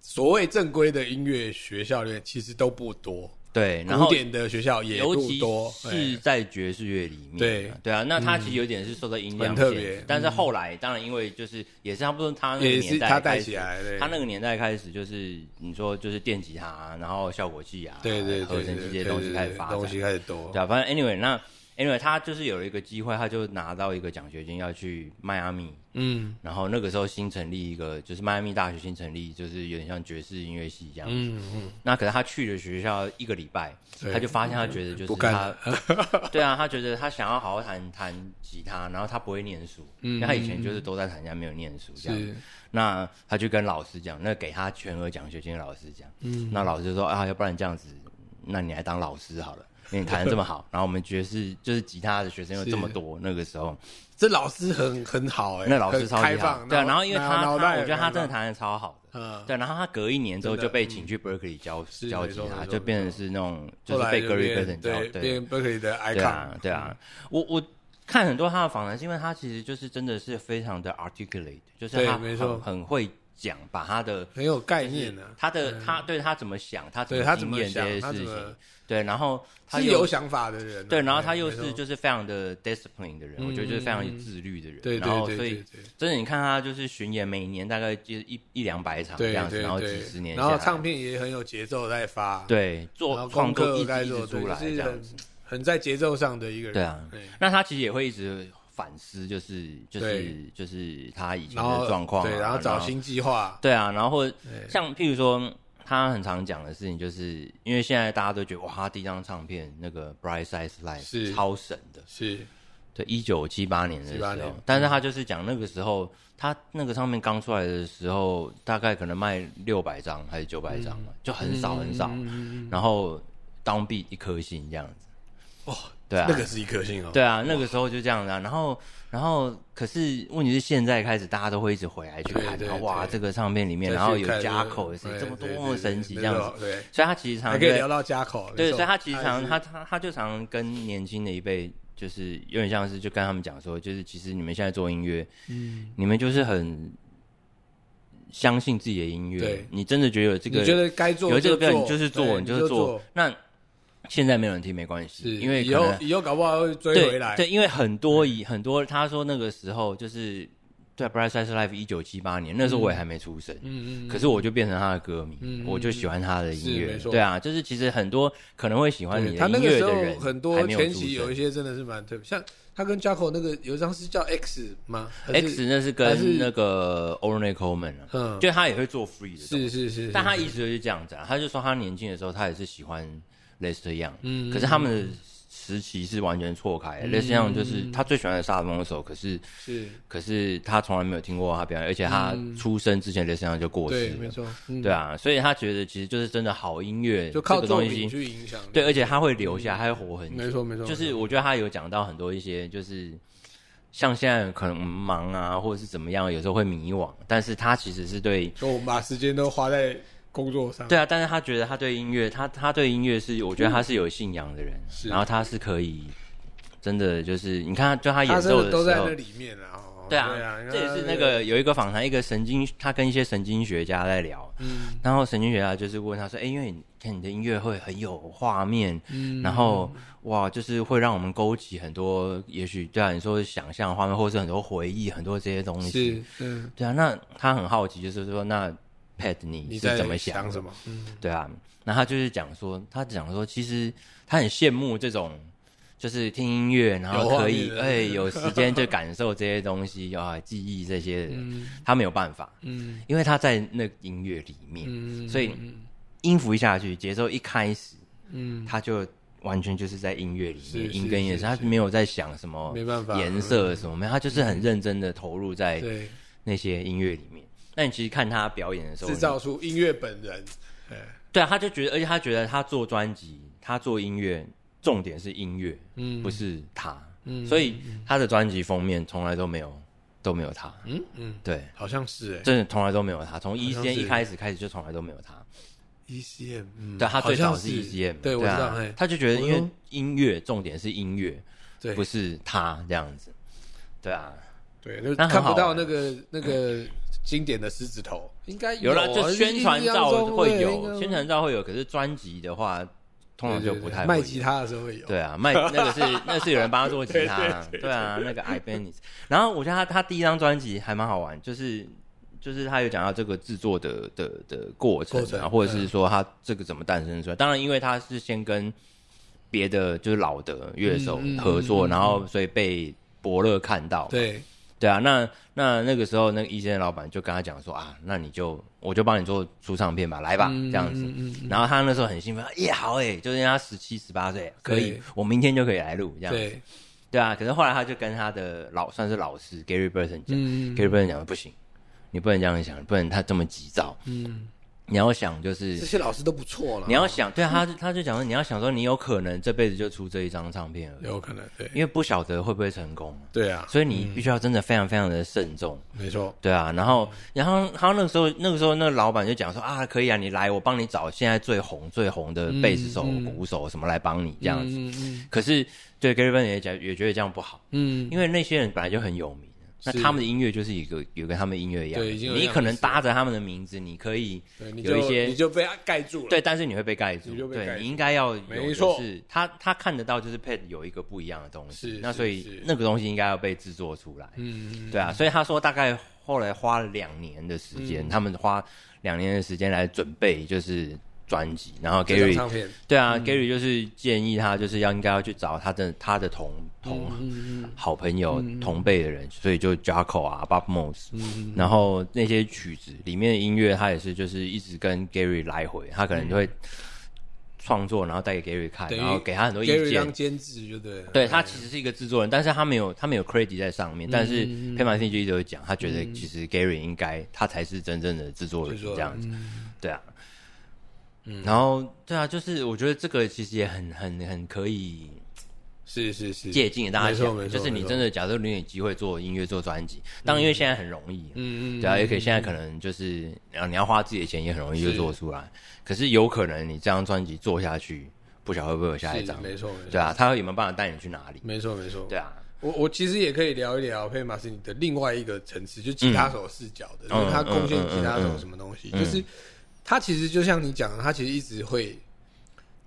Speaker 1: 所谓正规的音乐学校里面其实都不多，
Speaker 2: 对，然
Speaker 1: 古
Speaker 2: 后
Speaker 1: 典的学校也
Speaker 2: 尤
Speaker 1: 不
Speaker 2: 其
Speaker 1: 多，
Speaker 2: 是
Speaker 1: 哎
Speaker 2: 在爵士乐里面，
Speaker 1: 对嗯
Speaker 2: 对啊，那他其实有点是受到音量
Speaker 1: 很特
Speaker 2: 限制
Speaker 1: 别嗯
Speaker 2: 但是后来当然因为就是也是差不多他那
Speaker 1: 也
Speaker 2: 个
Speaker 1: 是
Speaker 2: 年代
Speaker 1: 他
Speaker 2: 开
Speaker 1: 带
Speaker 2: 始
Speaker 1: 起，来的，
Speaker 2: 他那个年代开始就是你说就是电吉他啊，然后效果器啊，
Speaker 1: 对对对
Speaker 2: 合
Speaker 1: 对
Speaker 2: 成器
Speaker 1: 对
Speaker 2: 这些
Speaker 1: 对
Speaker 2: 东西
Speaker 1: 对
Speaker 2: 开始发展
Speaker 1: 东，西开始多，
Speaker 2: 对啊，反正 anyway 那 anyway 他就是有了一个机会，他就拿到一个奖学金要去迈阿密。
Speaker 1: 嗯
Speaker 2: 然后那个时候新成立一个，就是迈阿密大学新成立，就是有点像爵士音乐系这样。
Speaker 1: 嗯嗯，
Speaker 2: 那可是他去了学校一个礼拜，
Speaker 1: 对
Speaker 2: 他就发现他觉得就是
Speaker 1: 不干
Speaker 2: 他
Speaker 1: 了，
Speaker 2: 对啊，他觉得他想要好好弹弹吉他，然后他不会念书，因为他以前就是都在弹，家没有念书这样。
Speaker 1: 嗯是
Speaker 2: 那他就跟老师讲，那给他全额奖学金的老师讲，
Speaker 1: 嗯
Speaker 2: 那老师就说啊，要不然这样子，那你来当老师好了。因为你弹的这么好， 然后我们爵士就是吉他的学生又这么
Speaker 1: 是
Speaker 2: 多，那个时候，
Speaker 1: 这老师很很好哎，
Speaker 2: 那老师
Speaker 1: 很
Speaker 2: 超
Speaker 1: 开
Speaker 2: 级好，
Speaker 1: 放，
Speaker 2: 对啊，然后因为他他，
Speaker 1: 脑
Speaker 2: 我
Speaker 1: 袋
Speaker 2: 觉得他真的
Speaker 1: 很开
Speaker 2: 弹的超好的，
Speaker 1: 放，嗯，
Speaker 2: 对，然后他隔一年之后
Speaker 1: 真的嗯
Speaker 2: 就被请去 Berkeley 教
Speaker 1: 是
Speaker 2: 教
Speaker 1: 没
Speaker 2: 吉
Speaker 1: 错没
Speaker 2: 他，
Speaker 1: 错
Speaker 2: 就变成是那种就
Speaker 1: 后
Speaker 2: 是
Speaker 1: 来
Speaker 2: 被
Speaker 1: 就
Speaker 2: Gary
Speaker 1: 变
Speaker 2: Gordon 教
Speaker 1: 对，
Speaker 2: 对
Speaker 1: 变嗯 Berkeley 的
Speaker 2: 对
Speaker 1: icon，
Speaker 2: 啊对啊，我我看很多他的访谈，是因为他其实就是真的是非常的 articulate，就是
Speaker 1: 对
Speaker 2: 他
Speaker 1: 没错
Speaker 2: 很很会讲，把他的
Speaker 1: 很有概念啊呢，
Speaker 2: 他的他对他怎么想，他怎
Speaker 1: 对他
Speaker 2: 么
Speaker 1: 怎
Speaker 2: 经
Speaker 1: 么
Speaker 2: 验这
Speaker 1: 想
Speaker 2: 些
Speaker 1: 他
Speaker 2: 事
Speaker 1: 怎么
Speaker 2: 情，对，然后他
Speaker 1: 是
Speaker 2: 又
Speaker 1: 有想法的人啊，
Speaker 2: 对，然后他又
Speaker 1: 没
Speaker 2: 是
Speaker 1: 错嗯
Speaker 2: 就是非常的 discipline 的人，我觉得就是非常有自律的人，
Speaker 1: 对
Speaker 2: 然
Speaker 1: 对
Speaker 2: 后
Speaker 1: 对
Speaker 2: 所以
Speaker 1: 对对。
Speaker 2: 真的，你看他就是巡演，每年大概就一一两百场这
Speaker 1: 对
Speaker 2: 样子，
Speaker 1: 对
Speaker 2: 然后
Speaker 1: 对
Speaker 2: 几十年下
Speaker 1: 然
Speaker 2: 来，
Speaker 1: 后唱片也很有节奏在发，，
Speaker 2: 对
Speaker 1: 然
Speaker 2: 做
Speaker 1: 后
Speaker 2: 创
Speaker 1: 功
Speaker 2: 作
Speaker 1: 课
Speaker 2: 一
Speaker 1: 该
Speaker 2: 直一
Speaker 1: 做
Speaker 2: 直
Speaker 1: 对
Speaker 2: 出来
Speaker 1: 就
Speaker 2: 这
Speaker 1: 是
Speaker 2: 样
Speaker 1: 很
Speaker 2: 子。
Speaker 1: 很在节奏上的一个人，
Speaker 2: 对啊
Speaker 1: 对，
Speaker 2: 那他其实也会一直反思，就是就是
Speaker 1: 对
Speaker 2: 就是他以前
Speaker 1: 然后
Speaker 2: 的状况啊、
Speaker 1: 对，然后找新计划，
Speaker 2: 对啊，然后或像譬如说他很常讲的事情，就是因为现在大家都觉得哇，他第一张唱片那个《Bright Side Life》
Speaker 1: 是
Speaker 2: 超神的，
Speaker 1: 是
Speaker 2: 对，一九七八年的时
Speaker 1: 78
Speaker 2: 候
Speaker 1: 年，
Speaker 2: 但是他就是讲那个时候，他那个唱片刚出来的时候，大概可能卖六百张还是九百张
Speaker 1: 嗯
Speaker 2: 嘛，就很少很少。然后当币一颗星这样子，
Speaker 1: 哇，
Speaker 2: 对啊
Speaker 1: 那个是一颗星哦，
Speaker 2: 对啊，那个时候就这样子啊。然后，然后可是问题是现在开始大家都会一直回来去
Speaker 1: 对
Speaker 2: 看，
Speaker 1: 对
Speaker 2: 然后哇，
Speaker 1: 对
Speaker 2: 这个唱片里面，
Speaker 1: 再去
Speaker 2: 然后有
Speaker 1: 看
Speaker 2: 加
Speaker 1: 对
Speaker 2: 口，谁
Speaker 1: 对
Speaker 2: 这么多
Speaker 1: 对对
Speaker 2: 么神奇这样子，
Speaker 1: 对对，对
Speaker 2: 所以他其实常
Speaker 1: 还可
Speaker 2: 常
Speaker 1: 以
Speaker 2: 在
Speaker 1: 聊到家口，那
Speaker 2: 对，所以
Speaker 1: 种
Speaker 2: 他其实常
Speaker 1: 还是
Speaker 2: 他他他就常跟年轻的一辈，就是有点像是就跟他们讲说，就是其实你们现在做音乐，嗯，你们就是很相信自己的音乐
Speaker 1: 对，
Speaker 2: 你真的觉得有这个
Speaker 1: 你觉得该做
Speaker 2: 有这个
Speaker 1: 就
Speaker 2: 标
Speaker 1: 做
Speaker 2: 准，你就是做，
Speaker 1: 对
Speaker 2: 你
Speaker 1: 你
Speaker 2: 就是
Speaker 1: 就
Speaker 2: 做
Speaker 1: 做。
Speaker 2: 那现在没有人听没关
Speaker 1: 是
Speaker 2: 系，因为
Speaker 1: 以
Speaker 2: 可
Speaker 1: 后
Speaker 2: 能
Speaker 1: 以后搞不好会追回
Speaker 2: 对
Speaker 1: 来，
Speaker 2: 对，因为很多以很多他说那个时候就是对《Bright Side Life》一九七八年，那时候我也还没出生，
Speaker 1: 嗯嗯嗯，
Speaker 2: 可是我就变成他的歌迷，
Speaker 1: 嗯嗯
Speaker 2: 我就喜欢他的音
Speaker 1: 是
Speaker 2: 乐
Speaker 1: 没，错
Speaker 2: 对啊，就是其实很多可能会喜欢
Speaker 1: 对
Speaker 2: 你
Speaker 1: 他那
Speaker 2: 的音
Speaker 1: 个
Speaker 2: 乐
Speaker 1: 时
Speaker 2: 的
Speaker 1: 候
Speaker 2: 人，
Speaker 1: 很多
Speaker 2: 还没有
Speaker 1: 前
Speaker 2: 出
Speaker 1: 期有一
Speaker 2: 生。
Speaker 1: 些真的是蛮特别，像他跟 Jaco 那个有一张是叫 X 吗还是
Speaker 2: X 那是
Speaker 1: 还是
Speaker 2: 跟那个 o r n e Coleman 啊，
Speaker 1: 嗯，
Speaker 2: 就他也会做 free 的东
Speaker 1: 是
Speaker 2: 西，
Speaker 1: 是是，
Speaker 2: 但他一直就是这样子啊，他就说他年轻的时候他也是喜欢 Lester Young，
Speaker 1: 嗯
Speaker 2: 可是他们的时期是完全错开的。Lester Young 就是他最喜欢的萨克斯风手，可是
Speaker 1: 是
Speaker 2: 可是他从来没有听过他表演，而且他出生之前 Lester Young 就过世
Speaker 1: 嗯对，
Speaker 2: 了
Speaker 1: 没，错，嗯
Speaker 2: 对，啊，所以他觉得其实就是真的好音乐，
Speaker 1: 就靠
Speaker 2: 这个
Speaker 1: 作
Speaker 2: 东
Speaker 1: 品
Speaker 2: 西，
Speaker 1: 去影响，
Speaker 2: 对，而且他会留下，他会活很久。
Speaker 1: 没错没错，
Speaker 2: 就是我觉得他有讲到很多一些，就是像现在可能忙啊，或者是怎么样，有时候会迷惘，但是他其实是对，
Speaker 1: 就我们把时间都花在工作上，
Speaker 2: 对啊，但是他觉得他对音乐，他他对音乐是，我觉得他是有信仰的人，
Speaker 1: 嗯是
Speaker 2: 然后他是可以真的就是，你看，就他
Speaker 1: 他
Speaker 2: 演
Speaker 1: 真
Speaker 2: 奏
Speaker 1: 的
Speaker 2: 的
Speaker 1: 都
Speaker 2: 时
Speaker 1: 在
Speaker 2: 候
Speaker 1: 那。里面了哦，
Speaker 2: 对啊，
Speaker 1: 啊，你看
Speaker 2: 这也是那个有一个访谈，一个神经，他跟一些神经学家在聊，
Speaker 1: 嗯
Speaker 2: 然后神经学家就是问他说：“哎、因为你看你的音乐会很有画面，
Speaker 1: 嗯
Speaker 2: 然后哇，就是会让我们勾起很多，也许对啊，你说想象画面，或是很多回忆，很多这些东西。
Speaker 1: 是嗯，
Speaker 2: 对啊，那他很好奇，就是说，那 Pat
Speaker 1: 你
Speaker 2: 你
Speaker 1: 在
Speaker 2: 是怎么
Speaker 1: 想
Speaker 2: 想？
Speaker 1: 什么？嗯
Speaker 2: 对啊，那他就是讲说，他讲说，其实他很羡慕这种。就是听音乐，然后
Speaker 1: 有画
Speaker 2: 可
Speaker 1: 面
Speaker 2: 以
Speaker 1: 的
Speaker 2: 哎、有时间就感受这些东西啊，记忆这些的人，
Speaker 1: 嗯
Speaker 2: 他没有办法，
Speaker 1: 嗯
Speaker 2: 因为他在那音乐里面，
Speaker 1: 嗯，
Speaker 2: 所以
Speaker 1: 嗯
Speaker 2: 音符一下去，节奏一开始，
Speaker 1: 嗯，
Speaker 2: 他就完全就是在音乐里
Speaker 1: 是
Speaker 2: 面，
Speaker 1: 是
Speaker 2: 音跟乐，
Speaker 1: 是
Speaker 2: 他没有在想什么
Speaker 1: 嗯没办法嗯
Speaker 2: 颜色什么，没有，他就是很认真的投入在
Speaker 1: 对，
Speaker 2: 那些音乐里面。那你其实看他表演的时候，
Speaker 1: 制造出音乐本人，哎
Speaker 2: 你对啊，他就觉得，而且他觉得他做专辑，他做音乐，重点是音乐，
Speaker 1: 嗯
Speaker 2: 不是他，
Speaker 1: 嗯
Speaker 2: 所以他的专辑封面从来都没有都没有他，
Speaker 1: 嗯嗯，
Speaker 2: 对，
Speaker 1: 好像是哎。
Speaker 2: 真的从来都没有他，从一
Speaker 1: 像
Speaker 2: 先
Speaker 1: 是
Speaker 2: 一开始开始就从来都没有他，
Speaker 1: ECM，嗯，
Speaker 2: 对，啊他
Speaker 1: 好
Speaker 2: 最早
Speaker 1: 像
Speaker 2: 是 ECM，嘛
Speaker 1: 对我知道，
Speaker 2: 啊
Speaker 1: 哎，
Speaker 2: 他就觉得因
Speaker 1: 我
Speaker 2: 为
Speaker 1: 都
Speaker 2: 音乐重点是音乐，
Speaker 1: 对
Speaker 2: 不是他这样子，对啊，
Speaker 1: 对，就
Speaker 2: 那很
Speaker 1: 看不
Speaker 2: 好啊
Speaker 1: 到
Speaker 2: 玩
Speaker 1: 那个那个经典的狮子头，应该啊
Speaker 2: 有
Speaker 1: 了
Speaker 2: 了，就宣传照会有，宣
Speaker 1: 传
Speaker 2: 传照会有，可是专辑的话，通常就不太会
Speaker 1: 卖
Speaker 2: 有
Speaker 1: 吉他的时候会有，
Speaker 2: 对啊，卖那 个是那是有人帮他做吉他啊，对啊，那个 i b a n i s 然后我觉得他他第一张专辑还蛮好玩，就是就是他有讲到这个制作的的的过程啊，
Speaker 1: 过程嗯
Speaker 2: 或者是说他这个怎么诞生出来。当然，因为他是先跟别的就是老的乐手
Speaker 1: 嗯嗯
Speaker 2: 合作，
Speaker 1: 嗯嗯
Speaker 2: 然后所以被伯乐看到，
Speaker 1: 对，
Speaker 2: 对啊，那那那个时候那个医生的老板就跟他讲说啊，那你就我就帮你做出唱片吧，来吧，
Speaker 1: 嗯
Speaker 2: 这样子。
Speaker 1: 嗯嗯嗯
Speaker 2: 然后他那时候很兴奋，耶，好哎，就是因为他十七、十八岁，可以
Speaker 1: 对，
Speaker 2: 我明天就可以来录这样。
Speaker 1: 对，
Speaker 2: 对啊，可是后来他就跟他的老算是老师 Gary Burton 讲、
Speaker 1: 嗯
Speaker 2: g a r y Burton 讲不行，你不能这样想，不能他这么急躁，
Speaker 1: 嗯，
Speaker 2: 你要想就是
Speaker 1: 这些老师都不错了，
Speaker 2: 你要想，对啊，他就他就讲说你要想说你有可能这辈子就出这一张唱片了，
Speaker 1: 有可能，对，
Speaker 2: 因为不晓得会不会成功，
Speaker 1: 对啊，
Speaker 2: 所以你必须要真的非常非常的慎重。
Speaker 1: 没错，
Speaker 2: 对啊，然后，然后他那个时候，那个时候那个老板就讲说啊，可以啊，你来，我帮你找现在最红最红的贝斯手、鼓手什么来帮你这样子。
Speaker 1: 嗯嗯
Speaker 2: 可是对 Gary Van 也讲，也觉得这样不好，
Speaker 1: 嗯，
Speaker 2: 因为那些人本来就很有名，啊那他们的音乐就是一个有跟他们音乐一样，
Speaker 1: 对已经有
Speaker 2: 你
Speaker 1: 样
Speaker 2: 可能
Speaker 1: 子
Speaker 2: 搭着他们的名字，你可以
Speaker 1: 对，你
Speaker 2: 有一
Speaker 1: 就
Speaker 2: 些
Speaker 1: 你就被他盖住了，
Speaker 2: 对，但是你会被盖住，
Speaker 1: 你就被盖
Speaker 2: 对
Speaker 1: 住
Speaker 2: 你应该要有
Speaker 1: 没
Speaker 2: 的
Speaker 1: 错
Speaker 2: 是他他看得到，就是 Pad 有一个不一样的东西，
Speaker 1: 是
Speaker 2: 那
Speaker 1: 是
Speaker 2: 所以
Speaker 1: 是
Speaker 2: 那个东西应该要被制作出来，
Speaker 1: 嗯，嗯，
Speaker 2: 对啊，所以他说大概后来花了两年的时间，
Speaker 1: 嗯
Speaker 2: 他们花两年的时间来准备就是专辑，然后
Speaker 1: 这张
Speaker 2: Gary
Speaker 1: 唱片，嗯
Speaker 2: 对啊、g a r y 就是建议他就是要应该要去找他的他的同同
Speaker 1: 嗯嗯嗯
Speaker 2: 好朋友、同辈的人，所以就 Jaco 啊、Bob Moss，、然后那些曲子里面的音乐，他也是就是一直跟 Gary 来回，他可能就会。创作，然后带给 Gary 看，
Speaker 1: 等于
Speaker 2: 然后给他很多意
Speaker 1: Gary
Speaker 2: 见
Speaker 1: 当。监制就对了。
Speaker 2: 对他其实是一个制作人，但是他没有他没有 credit 在上面，但是
Speaker 1: 嗯
Speaker 2: 黑马信就一直有讲，他觉得其实 Gary 应该他才是真正的制作人
Speaker 1: 制作人嗯
Speaker 2: 这样子，对啊，然后对啊，就是我觉得这个其实也很很很可以
Speaker 1: 是是是，
Speaker 2: 借鉴给大家
Speaker 1: 没错
Speaker 2: 讲，啊
Speaker 1: 没
Speaker 2: 就
Speaker 1: 错，
Speaker 2: 是你
Speaker 1: 没错
Speaker 2: 真的假设你有机会做音乐做专辑，当然因为现在很容易，
Speaker 1: 嗯嗯，
Speaker 2: 对啊，也可以现在可能就是啊，你要花自己的钱也很容易就做出来，可是有可能你这张专辑做下去，不晓得会不会有下一
Speaker 1: 是
Speaker 2: 张，
Speaker 1: 没错没
Speaker 2: 对
Speaker 1: 错，
Speaker 2: 啊，他有没有办法带你去哪里？
Speaker 1: 没错没错。
Speaker 2: 对啊，
Speaker 1: 我我其实也可以聊一聊佩马斯你的另外一个层次，就吉他手视角的，
Speaker 2: 嗯
Speaker 1: 就是他贡献
Speaker 2: 嗯嗯嗯嗯
Speaker 1: 吉他手什么东西，就是他其实就像你讲的，他其实一直会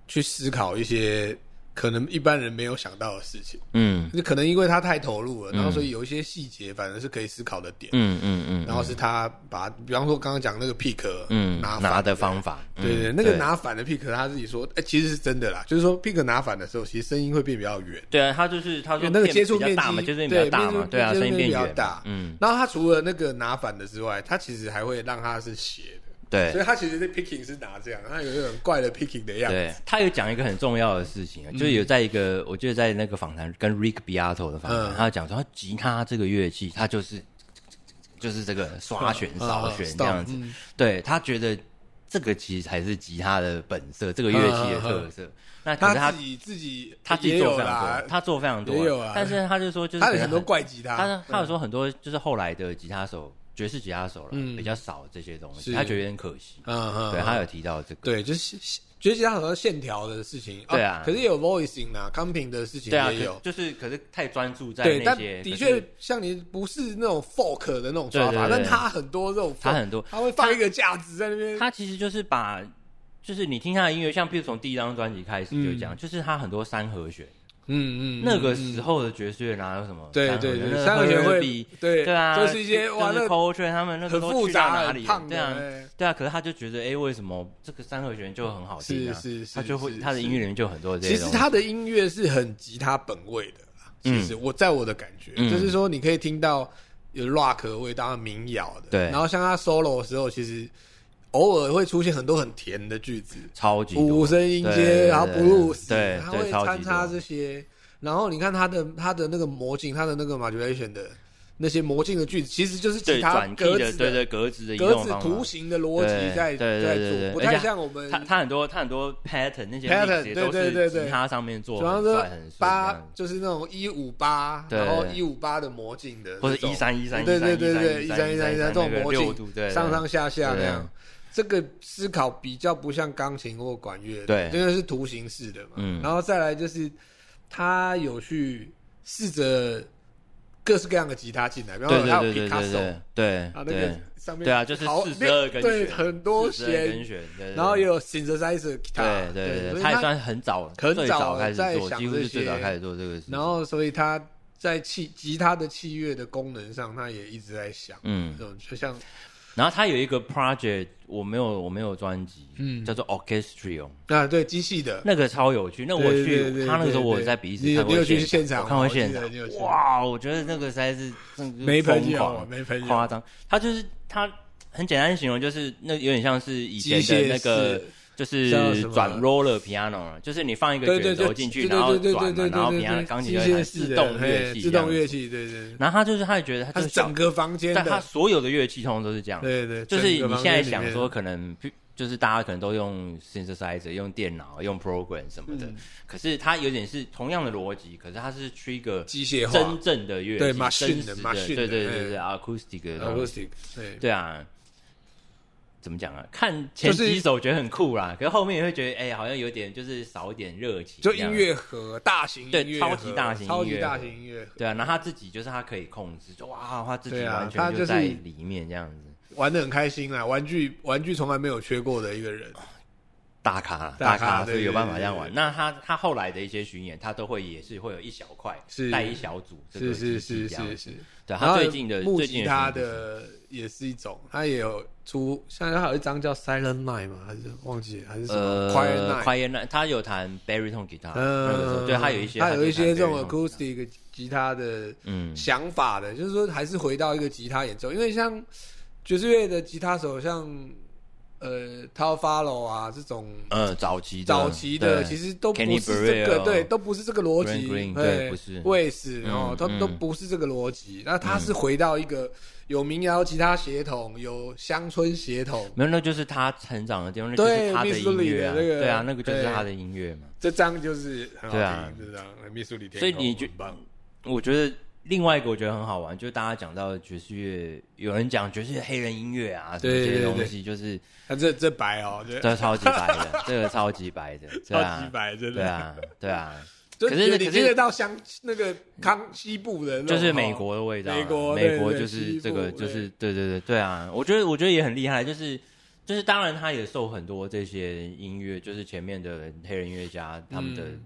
Speaker 1: 去思考一些可能一般人没有想到的事情，
Speaker 2: 嗯
Speaker 1: 就可能因为他太投入了，然后所以有一些细节反而是可以思考的点，
Speaker 2: 嗯嗯嗯，
Speaker 1: 然后是他把，比方说刚刚讲那个 pick，
Speaker 2: 嗯
Speaker 1: 拿
Speaker 2: 拿
Speaker 1: 反
Speaker 2: 的方法，嗯
Speaker 1: 对对，那个拿反的 pick，他自己说，哎、其实是真的啦，就是说 pick 拿反的时候，其实声音会变比较远，
Speaker 2: 对啊，他就是他
Speaker 1: 因为
Speaker 2: 说
Speaker 1: 那个
Speaker 2: 变
Speaker 1: 接触
Speaker 2: 比
Speaker 1: 面
Speaker 2: 较
Speaker 1: 积
Speaker 2: 大嘛，接触面比
Speaker 1: 对
Speaker 2: 较大嘛，
Speaker 1: 面积
Speaker 2: 对啊，
Speaker 1: 接触
Speaker 2: 声音
Speaker 1: 面积
Speaker 2: 变
Speaker 1: 比较
Speaker 2: 远
Speaker 1: 大
Speaker 2: 嘛，嗯，
Speaker 1: 然后他除了那个拿反的之外，他其实还会让他是斜的，
Speaker 2: 对
Speaker 1: 所以他其实是 picking 是拿这样，他有一种怪的 picking 的样子。
Speaker 2: 对，他有讲一个很重要的事情，啊，就是有在一个，我记得在那个访谈跟 Rick Beato 的访谈，
Speaker 1: 嗯
Speaker 2: 他有讲说，他吉他这个乐器，他就是就是这个刷弦、扫
Speaker 1: 嗯
Speaker 2: 弦
Speaker 1: 嗯
Speaker 2: 这样子，对他觉得这个其实才是吉他的本色，这个乐器的特色。那可是
Speaker 1: 嗯他
Speaker 2: 他
Speaker 1: 自己自己
Speaker 2: 他自
Speaker 1: 也
Speaker 2: 己做
Speaker 1: 有
Speaker 2: 非常
Speaker 1: 啦
Speaker 2: 多，，他做非常多
Speaker 1: 也有啊，
Speaker 2: 但是他就说，就是
Speaker 1: 他
Speaker 2: 可
Speaker 1: 有
Speaker 2: 能
Speaker 1: 很多怪吉他，
Speaker 2: 他他有说很多就是后来的吉他手，爵士吉他手了，比较少这些东西，
Speaker 1: 嗯是
Speaker 2: 他觉得有点可惜。
Speaker 1: 嗯嗯，
Speaker 2: 对他有提到这个，
Speaker 1: 对，就是觉得吉他很多线条的事情，哦
Speaker 2: 对啊
Speaker 1: 可是也有 voicing 啊，comping 的事情
Speaker 2: 对啊，
Speaker 1: 也有
Speaker 2: 可。就是可是太专注在
Speaker 1: 对，
Speaker 2: 那
Speaker 1: 但
Speaker 2: 些，
Speaker 1: 的
Speaker 2: 可
Speaker 1: 确
Speaker 2: 是
Speaker 1: 像你不是那种 folk 的那种刷
Speaker 2: 对对
Speaker 1: 法，
Speaker 2: 对
Speaker 1: 但他很多这种 folk，
Speaker 2: 他很多
Speaker 1: 他会放一个架子在那边，
Speaker 2: 他其实就是把。就是你听他的音乐，像譬如从第一张专辑开始就讲，就是他很多三和弦，
Speaker 1: 嗯嗯，
Speaker 2: 那个时候的爵士乐哪有什么
Speaker 1: 对对对，
Speaker 2: 弦那
Speaker 1: 三和弦
Speaker 2: Herbie，
Speaker 1: 会对
Speaker 2: 对啊，
Speaker 1: 就是一些哇，
Speaker 2: 就
Speaker 1: 那
Speaker 2: 是 Coltrane 他们那个
Speaker 1: 很
Speaker 2: 都
Speaker 1: 复
Speaker 2: 去到
Speaker 1: 杂
Speaker 2: 哪
Speaker 1: 很
Speaker 2: 里了
Speaker 1: 胖
Speaker 2: 对
Speaker 1: 的
Speaker 2: 啊，
Speaker 1: 哎
Speaker 2: 对啊，可是他就觉得，哎，为什么这个三和弦就很好听啊？
Speaker 1: 是是是
Speaker 2: 他就会
Speaker 1: 是
Speaker 2: 他的音乐里面就有很多这
Speaker 1: 其
Speaker 2: 些
Speaker 1: 实
Speaker 2: 东西。
Speaker 1: 他的音乐是很吉他本位的啦。其实我在我的感觉，
Speaker 2: 嗯
Speaker 1: 就是说你可以听到有 rock 的味道、民谣的，
Speaker 2: 对
Speaker 1: 然后像他 solo 的时候，其实偶尔会出现很多很甜的句子，
Speaker 2: 超级多
Speaker 1: 五声音
Speaker 2: 对对
Speaker 1: 阶，然后
Speaker 2: 对
Speaker 1: blues，
Speaker 2: 对
Speaker 1: 他
Speaker 2: 对
Speaker 1: 会
Speaker 2: 超级
Speaker 1: 穿插
Speaker 2: 多
Speaker 1: 这些。然后你看他的他的那个魔镜，他的那个 modulation 的那些魔镜的句子，其实就是吉
Speaker 2: 对
Speaker 1: 他
Speaker 2: 转 key
Speaker 1: 格
Speaker 2: 的
Speaker 1: 子
Speaker 2: 对对格子的移
Speaker 1: 格
Speaker 2: 动
Speaker 1: 子
Speaker 2: 方
Speaker 1: 图
Speaker 2: 法。
Speaker 1: 形的逻辑
Speaker 2: 对
Speaker 1: 在
Speaker 2: 对
Speaker 1: 在
Speaker 2: 对对
Speaker 1: 做，
Speaker 2: 对
Speaker 1: 不
Speaker 2: 而
Speaker 1: 太
Speaker 2: 且
Speaker 1: 像我们
Speaker 2: 他他很多他很多 pattern 那些
Speaker 1: pattern，
Speaker 2: mix 也
Speaker 1: 对
Speaker 2: 都
Speaker 1: 对对
Speaker 2: 是
Speaker 1: 对
Speaker 2: 吉他上面做
Speaker 1: 比方
Speaker 2: 很
Speaker 1: 说
Speaker 2: 帅很帅这
Speaker 1: 八
Speaker 2: 样，
Speaker 1: 就是那种一五八，
Speaker 2: 对
Speaker 1: 然后一五八的魔镜的，
Speaker 2: 或者一三一三
Speaker 1: 对对对对，
Speaker 2: 一
Speaker 1: 一
Speaker 2: 三
Speaker 1: 三
Speaker 2: 一
Speaker 1: 一
Speaker 2: 三
Speaker 1: 三
Speaker 2: 一
Speaker 1: 一
Speaker 2: 三
Speaker 1: 三这种魔
Speaker 2: 六
Speaker 1: 镜
Speaker 2: 度对对
Speaker 1: 上上下下那
Speaker 2: 对
Speaker 1: 样。这个思考比较不像钢琴或管乐，
Speaker 2: 对
Speaker 1: 因为是图形式的嘛。
Speaker 2: 嗯
Speaker 1: 然后再来就是他有去试着各式各样的吉他进来，比方
Speaker 2: 对
Speaker 1: 说他有
Speaker 2: 对对对对
Speaker 1: Picasso
Speaker 2: 对对
Speaker 1: 啊，那
Speaker 2: 对
Speaker 1: 个上面
Speaker 2: 对啊，就是
Speaker 1: 好
Speaker 2: 四十二
Speaker 1: 那
Speaker 2: 根
Speaker 1: 对
Speaker 2: 弦
Speaker 1: 很多
Speaker 2: 42根
Speaker 1: 弦，
Speaker 2: 弦，对对
Speaker 1: 然后也有 synthesizer 吉他，
Speaker 2: 对对
Speaker 1: 所
Speaker 2: 对，
Speaker 1: 以
Speaker 2: 他也算很早
Speaker 1: 很
Speaker 2: 最
Speaker 1: 早
Speaker 2: 早开始
Speaker 1: 在
Speaker 2: 做，
Speaker 1: 想
Speaker 2: 几乎
Speaker 1: 这
Speaker 2: 是最
Speaker 1: 些
Speaker 2: 早开始做这个事情。
Speaker 1: 然后所以他在器吉他的器乐的功能上，他也一直在想，
Speaker 2: 嗯，
Speaker 1: 这种就像
Speaker 2: 然后他有一个 project，我没有我没有专辑，嗯，叫做 Orchestrion，
Speaker 1: 啊，对机器的，
Speaker 2: 那个超有趣。那我
Speaker 1: 对对
Speaker 2: 去
Speaker 1: 对
Speaker 2: 他那个时候
Speaker 1: 对
Speaker 2: 我
Speaker 1: 对
Speaker 2: 在比利
Speaker 1: 你
Speaker 2: 时
Speaker 1: 有
Speaker 2: 看
Speaker 1: 你
Speaker 2: 过
Speaker 1: 有去
Speaker 2: 现
Speaker 1: 现
Speaker 2: 场，
Speaker 1: 场吗我
Speaker 2: 我看过
Speaker 1: 记
Speaker 2: 现
Speaker 1: 得
Speaker 2: 场
Speaker 1: 你有去，
Speaker 2: 哇，我觉得那个实在是真的
Speaker 1: 嗯没朋
Speaker 2: 疯
Speaker 1: 友
Speaker 2: 狂，
Speaker 1: 哦没朋
Speaker 2: 夸
Speaker 1: 友，
Speaker 2: 张。他就是他很简单形容，就是那有点像是以前
Speaker 1: 机械
Speaker 2: 的那个
Speaker 1: 式。
Speaker 2: 就是
Speaker 1: 叫什么
Speaker 2: 转 roller piano，啊就是你放一个
Speaker 1: 对对
Speaker 2: 卷轴
Speaker 1: 对，
Speaker 2: 进
Speaker 1: 对
Speaker 2: 去，
Speaker 1: 对
Speaker 2: 然后
Speaker 1: 对对
Speaker 2: 转
Speaker 1: 对对
Speaker 2: 嘛，然后
Speaker 1: 对
Speaker 2: 平常
Speaker 1: 对，
Speaker 2: 钢琴
Speaker 1: 机
Speaker 2: 就会弹
Speaker 1: 械式
Speaker 2: 自
Speaker 1: 的
Speaker 2: 动乐
Speaker 1: 嘿
Speaker 2: 器，
Speaker 1: 自动乐。器，对对，对
Speaker 2: 然后他就是他也觉得他
Speaker 1: 它
Speaker 2: 就是是想
Speaker 1: 整个房间
Speaker 2: 但他
Speaker 1: 的，
Speaker 2: 所有的乐器通通都是这样。
Speaker 1: 对对，
Speaker 2: 就是
Speaker 1: 整个
Speaker 2: 你
Speaker 1: 房
Speaker 2: 现在
Speaker 1: 间里
Speaker 2: 想
Speaker 1: 面
Speaker 2: 说，可能就是大家可能都用 synthesizer、用电脑、用 program 什么的，
Speaker 1: 嗯
Speaker 2: 可是它有点是同样的逻辑，可是它是 trigger
Speaker 1: 机械化
Speaker 2: 真正的乐器，
Speaker 1: 对，machine
Speaker 2: 真实
Speaker 1: 的，machine 的
Speaker 2: 对对
Speaker 1: 哎
Speaker 2: 对对，acoustic 的东
Speaker 1: acoustic，
Speaker 2: 西，
Speaker 1: 对，
Speaker 2: 对啊。怎么讲啊？看前
Speaker 1: 就是
Speaker 2: 几首觉得很酷啦，可是后面也会觉得，哎、好像有点就是少一点热情。
Speaker 1: 就音，乐盒，大型音
Speaker 2: 对
Speaker 1: 乐盒，
Speaker 2: 超级大型
Speaker 1: 超
Speaker 2: 音
Speaker 1: 级
Speaker 2: 乐
Speaker 1: 大
Speaker 2: 盒
Speaker 1: 型音乐盒，
Speaker 2: 对啊。然后他自己就是他可以控制，就哇，他自己
Speaker 1: 对啊
Speaker 2: 完
Speaker 1: 他就
Speaker 2: 全
Speaker 1: 是
Speaker 2: 在里面这样子，
Speaker 1: 玩的很开心啊，玩具玩具从来没有缺过的一个
Speaker 2: 哦
Speaker 1: 人，
Speaker 2: 大咖啦，
Speaker 1: 大咖
Speaker 2: 大咖，
Speaker 1: 对
Speaker 2: 所以有办法这样
Speaker 1: 对
Speaker 2: 玩。那他他后来的一些巡演，他都会也是会有一小块
Speaker 1: 是
Speaker 2: 带一小组这
Speaker 1: 是
Speaker 2: 个
Speaker 1: 是
Speaker 2: 机器
Speaker 1: 是
Speaker 2: 这样
Speaker 1: 是。是。
Speaker 2: 对
Speaker 1: 然
Speaker 2: 他
Speaker 1: 后
Speaker 2: 最近的
Speaker 1: 木
Speaker 2: 最
Speaker 1: 吉
Speaker 2: 近
Speaker 1: 他
Speaker 2: 巡演
Speaker 1: 的也是一种，他也有出，像他有一张叫 Silent Night 嘛，还是忘记了还是什么
Speaker 2: 呃
Speaker 1: Quiet Night，
Speaker 2: Quiet Night，他有弹 baritone 吉他，那个时
Speaker 1: 嗯
Speaker 2: 候，对他有一些
Speaker 1: 他有一些这种
Speaker 2: 他就弹 baritone guitar
Speaker 1: acoustic 吉他的
Speaker 2: 嗯
Speaker 1: 想法的，就是说还是回到一个吉他演奏，因为像爵士乐的吉他手像呃 t o Follow 啊这种
Speaker 2: 嗯，早期的
Speaker 1: 早期的，
Speaker 2: 对
Speaker 1: 其实都不
Speaker 2: Kenny
Speaker 1: 是这
Speaker 2: Burrell
Speaker 1: 个，对，都不是这个逻
Speaker 2: Grant
Speaker 1: 辑，
Speaker 2: Green，对不是
Speaker 1: 卫士
Speaker 2: 嗯
Speaker 1: 哦，都
Speaker 2: 嗯
Speaker 1: 都不是这个逻辑。那他是回到一个有民谣吉他协同，有乡村协 同，
Speaker 2: 没有，那就是他成长的地方，那就
Speaker 1: 对
Speaker 2: 是他的
Speaker 1: Miss
Speaker 2: 音乐啊，
Speaker 1: Lee 的那个
Speaker 2: 对啊，那个就是
Speaker 1: 对
Speaker 2: 他的音乐嘛。
Speaker 1: 这张就是很好
Speaker 2: 对啊
Speaker 1: 听，这张《密苏里天空》，
Speaker 2: 所以你觉
Speaker 1: 很棒？
Speaker 2: 我觉得另外一个我觉得很好玩，就是大家讲到爵士乐，有人讲爵士黑人音乐啊，什么这
Speaker 1: 对
Speaker 2: 些
Speaker 1: 对对
Speaker 2: 东西，就是
Speaker 1: 他这这白哦，这
Speaker 2: 这超级白的，这个超级白的，对
Speaker 1: 超级
Speaker 2: 啊，
Speaker 1: 白，真
Speaker 2: 对
Speaker 1: 的。
Speaker 2: 啊，对啊，
Speaker 1: 就
Speaker 2: 可是
Speaker 1: 有
Speaker 2: 可
Speaker 1: 你
Speaker 2: 是
Speaker 1: 听得到乡那个康西部的那种，
Speaker 2: 就是美
Speaker 1: 哦
Speaker 2: 国的味道啊，
Speaker 1: 美国
Speaker 2: 美国
Speaker 1: 对对
Speaker 2: 就
Speaker 1: 西
Speaker 2: 是
Speaker 1: 部
Speaker 2: 这个，就是对对对对啊，我觉得我觉得也很厉害，就是。就是当然，他也受很多这些音乐，就是前面的黑人音乐家他们的，
Speaker 1: 嗯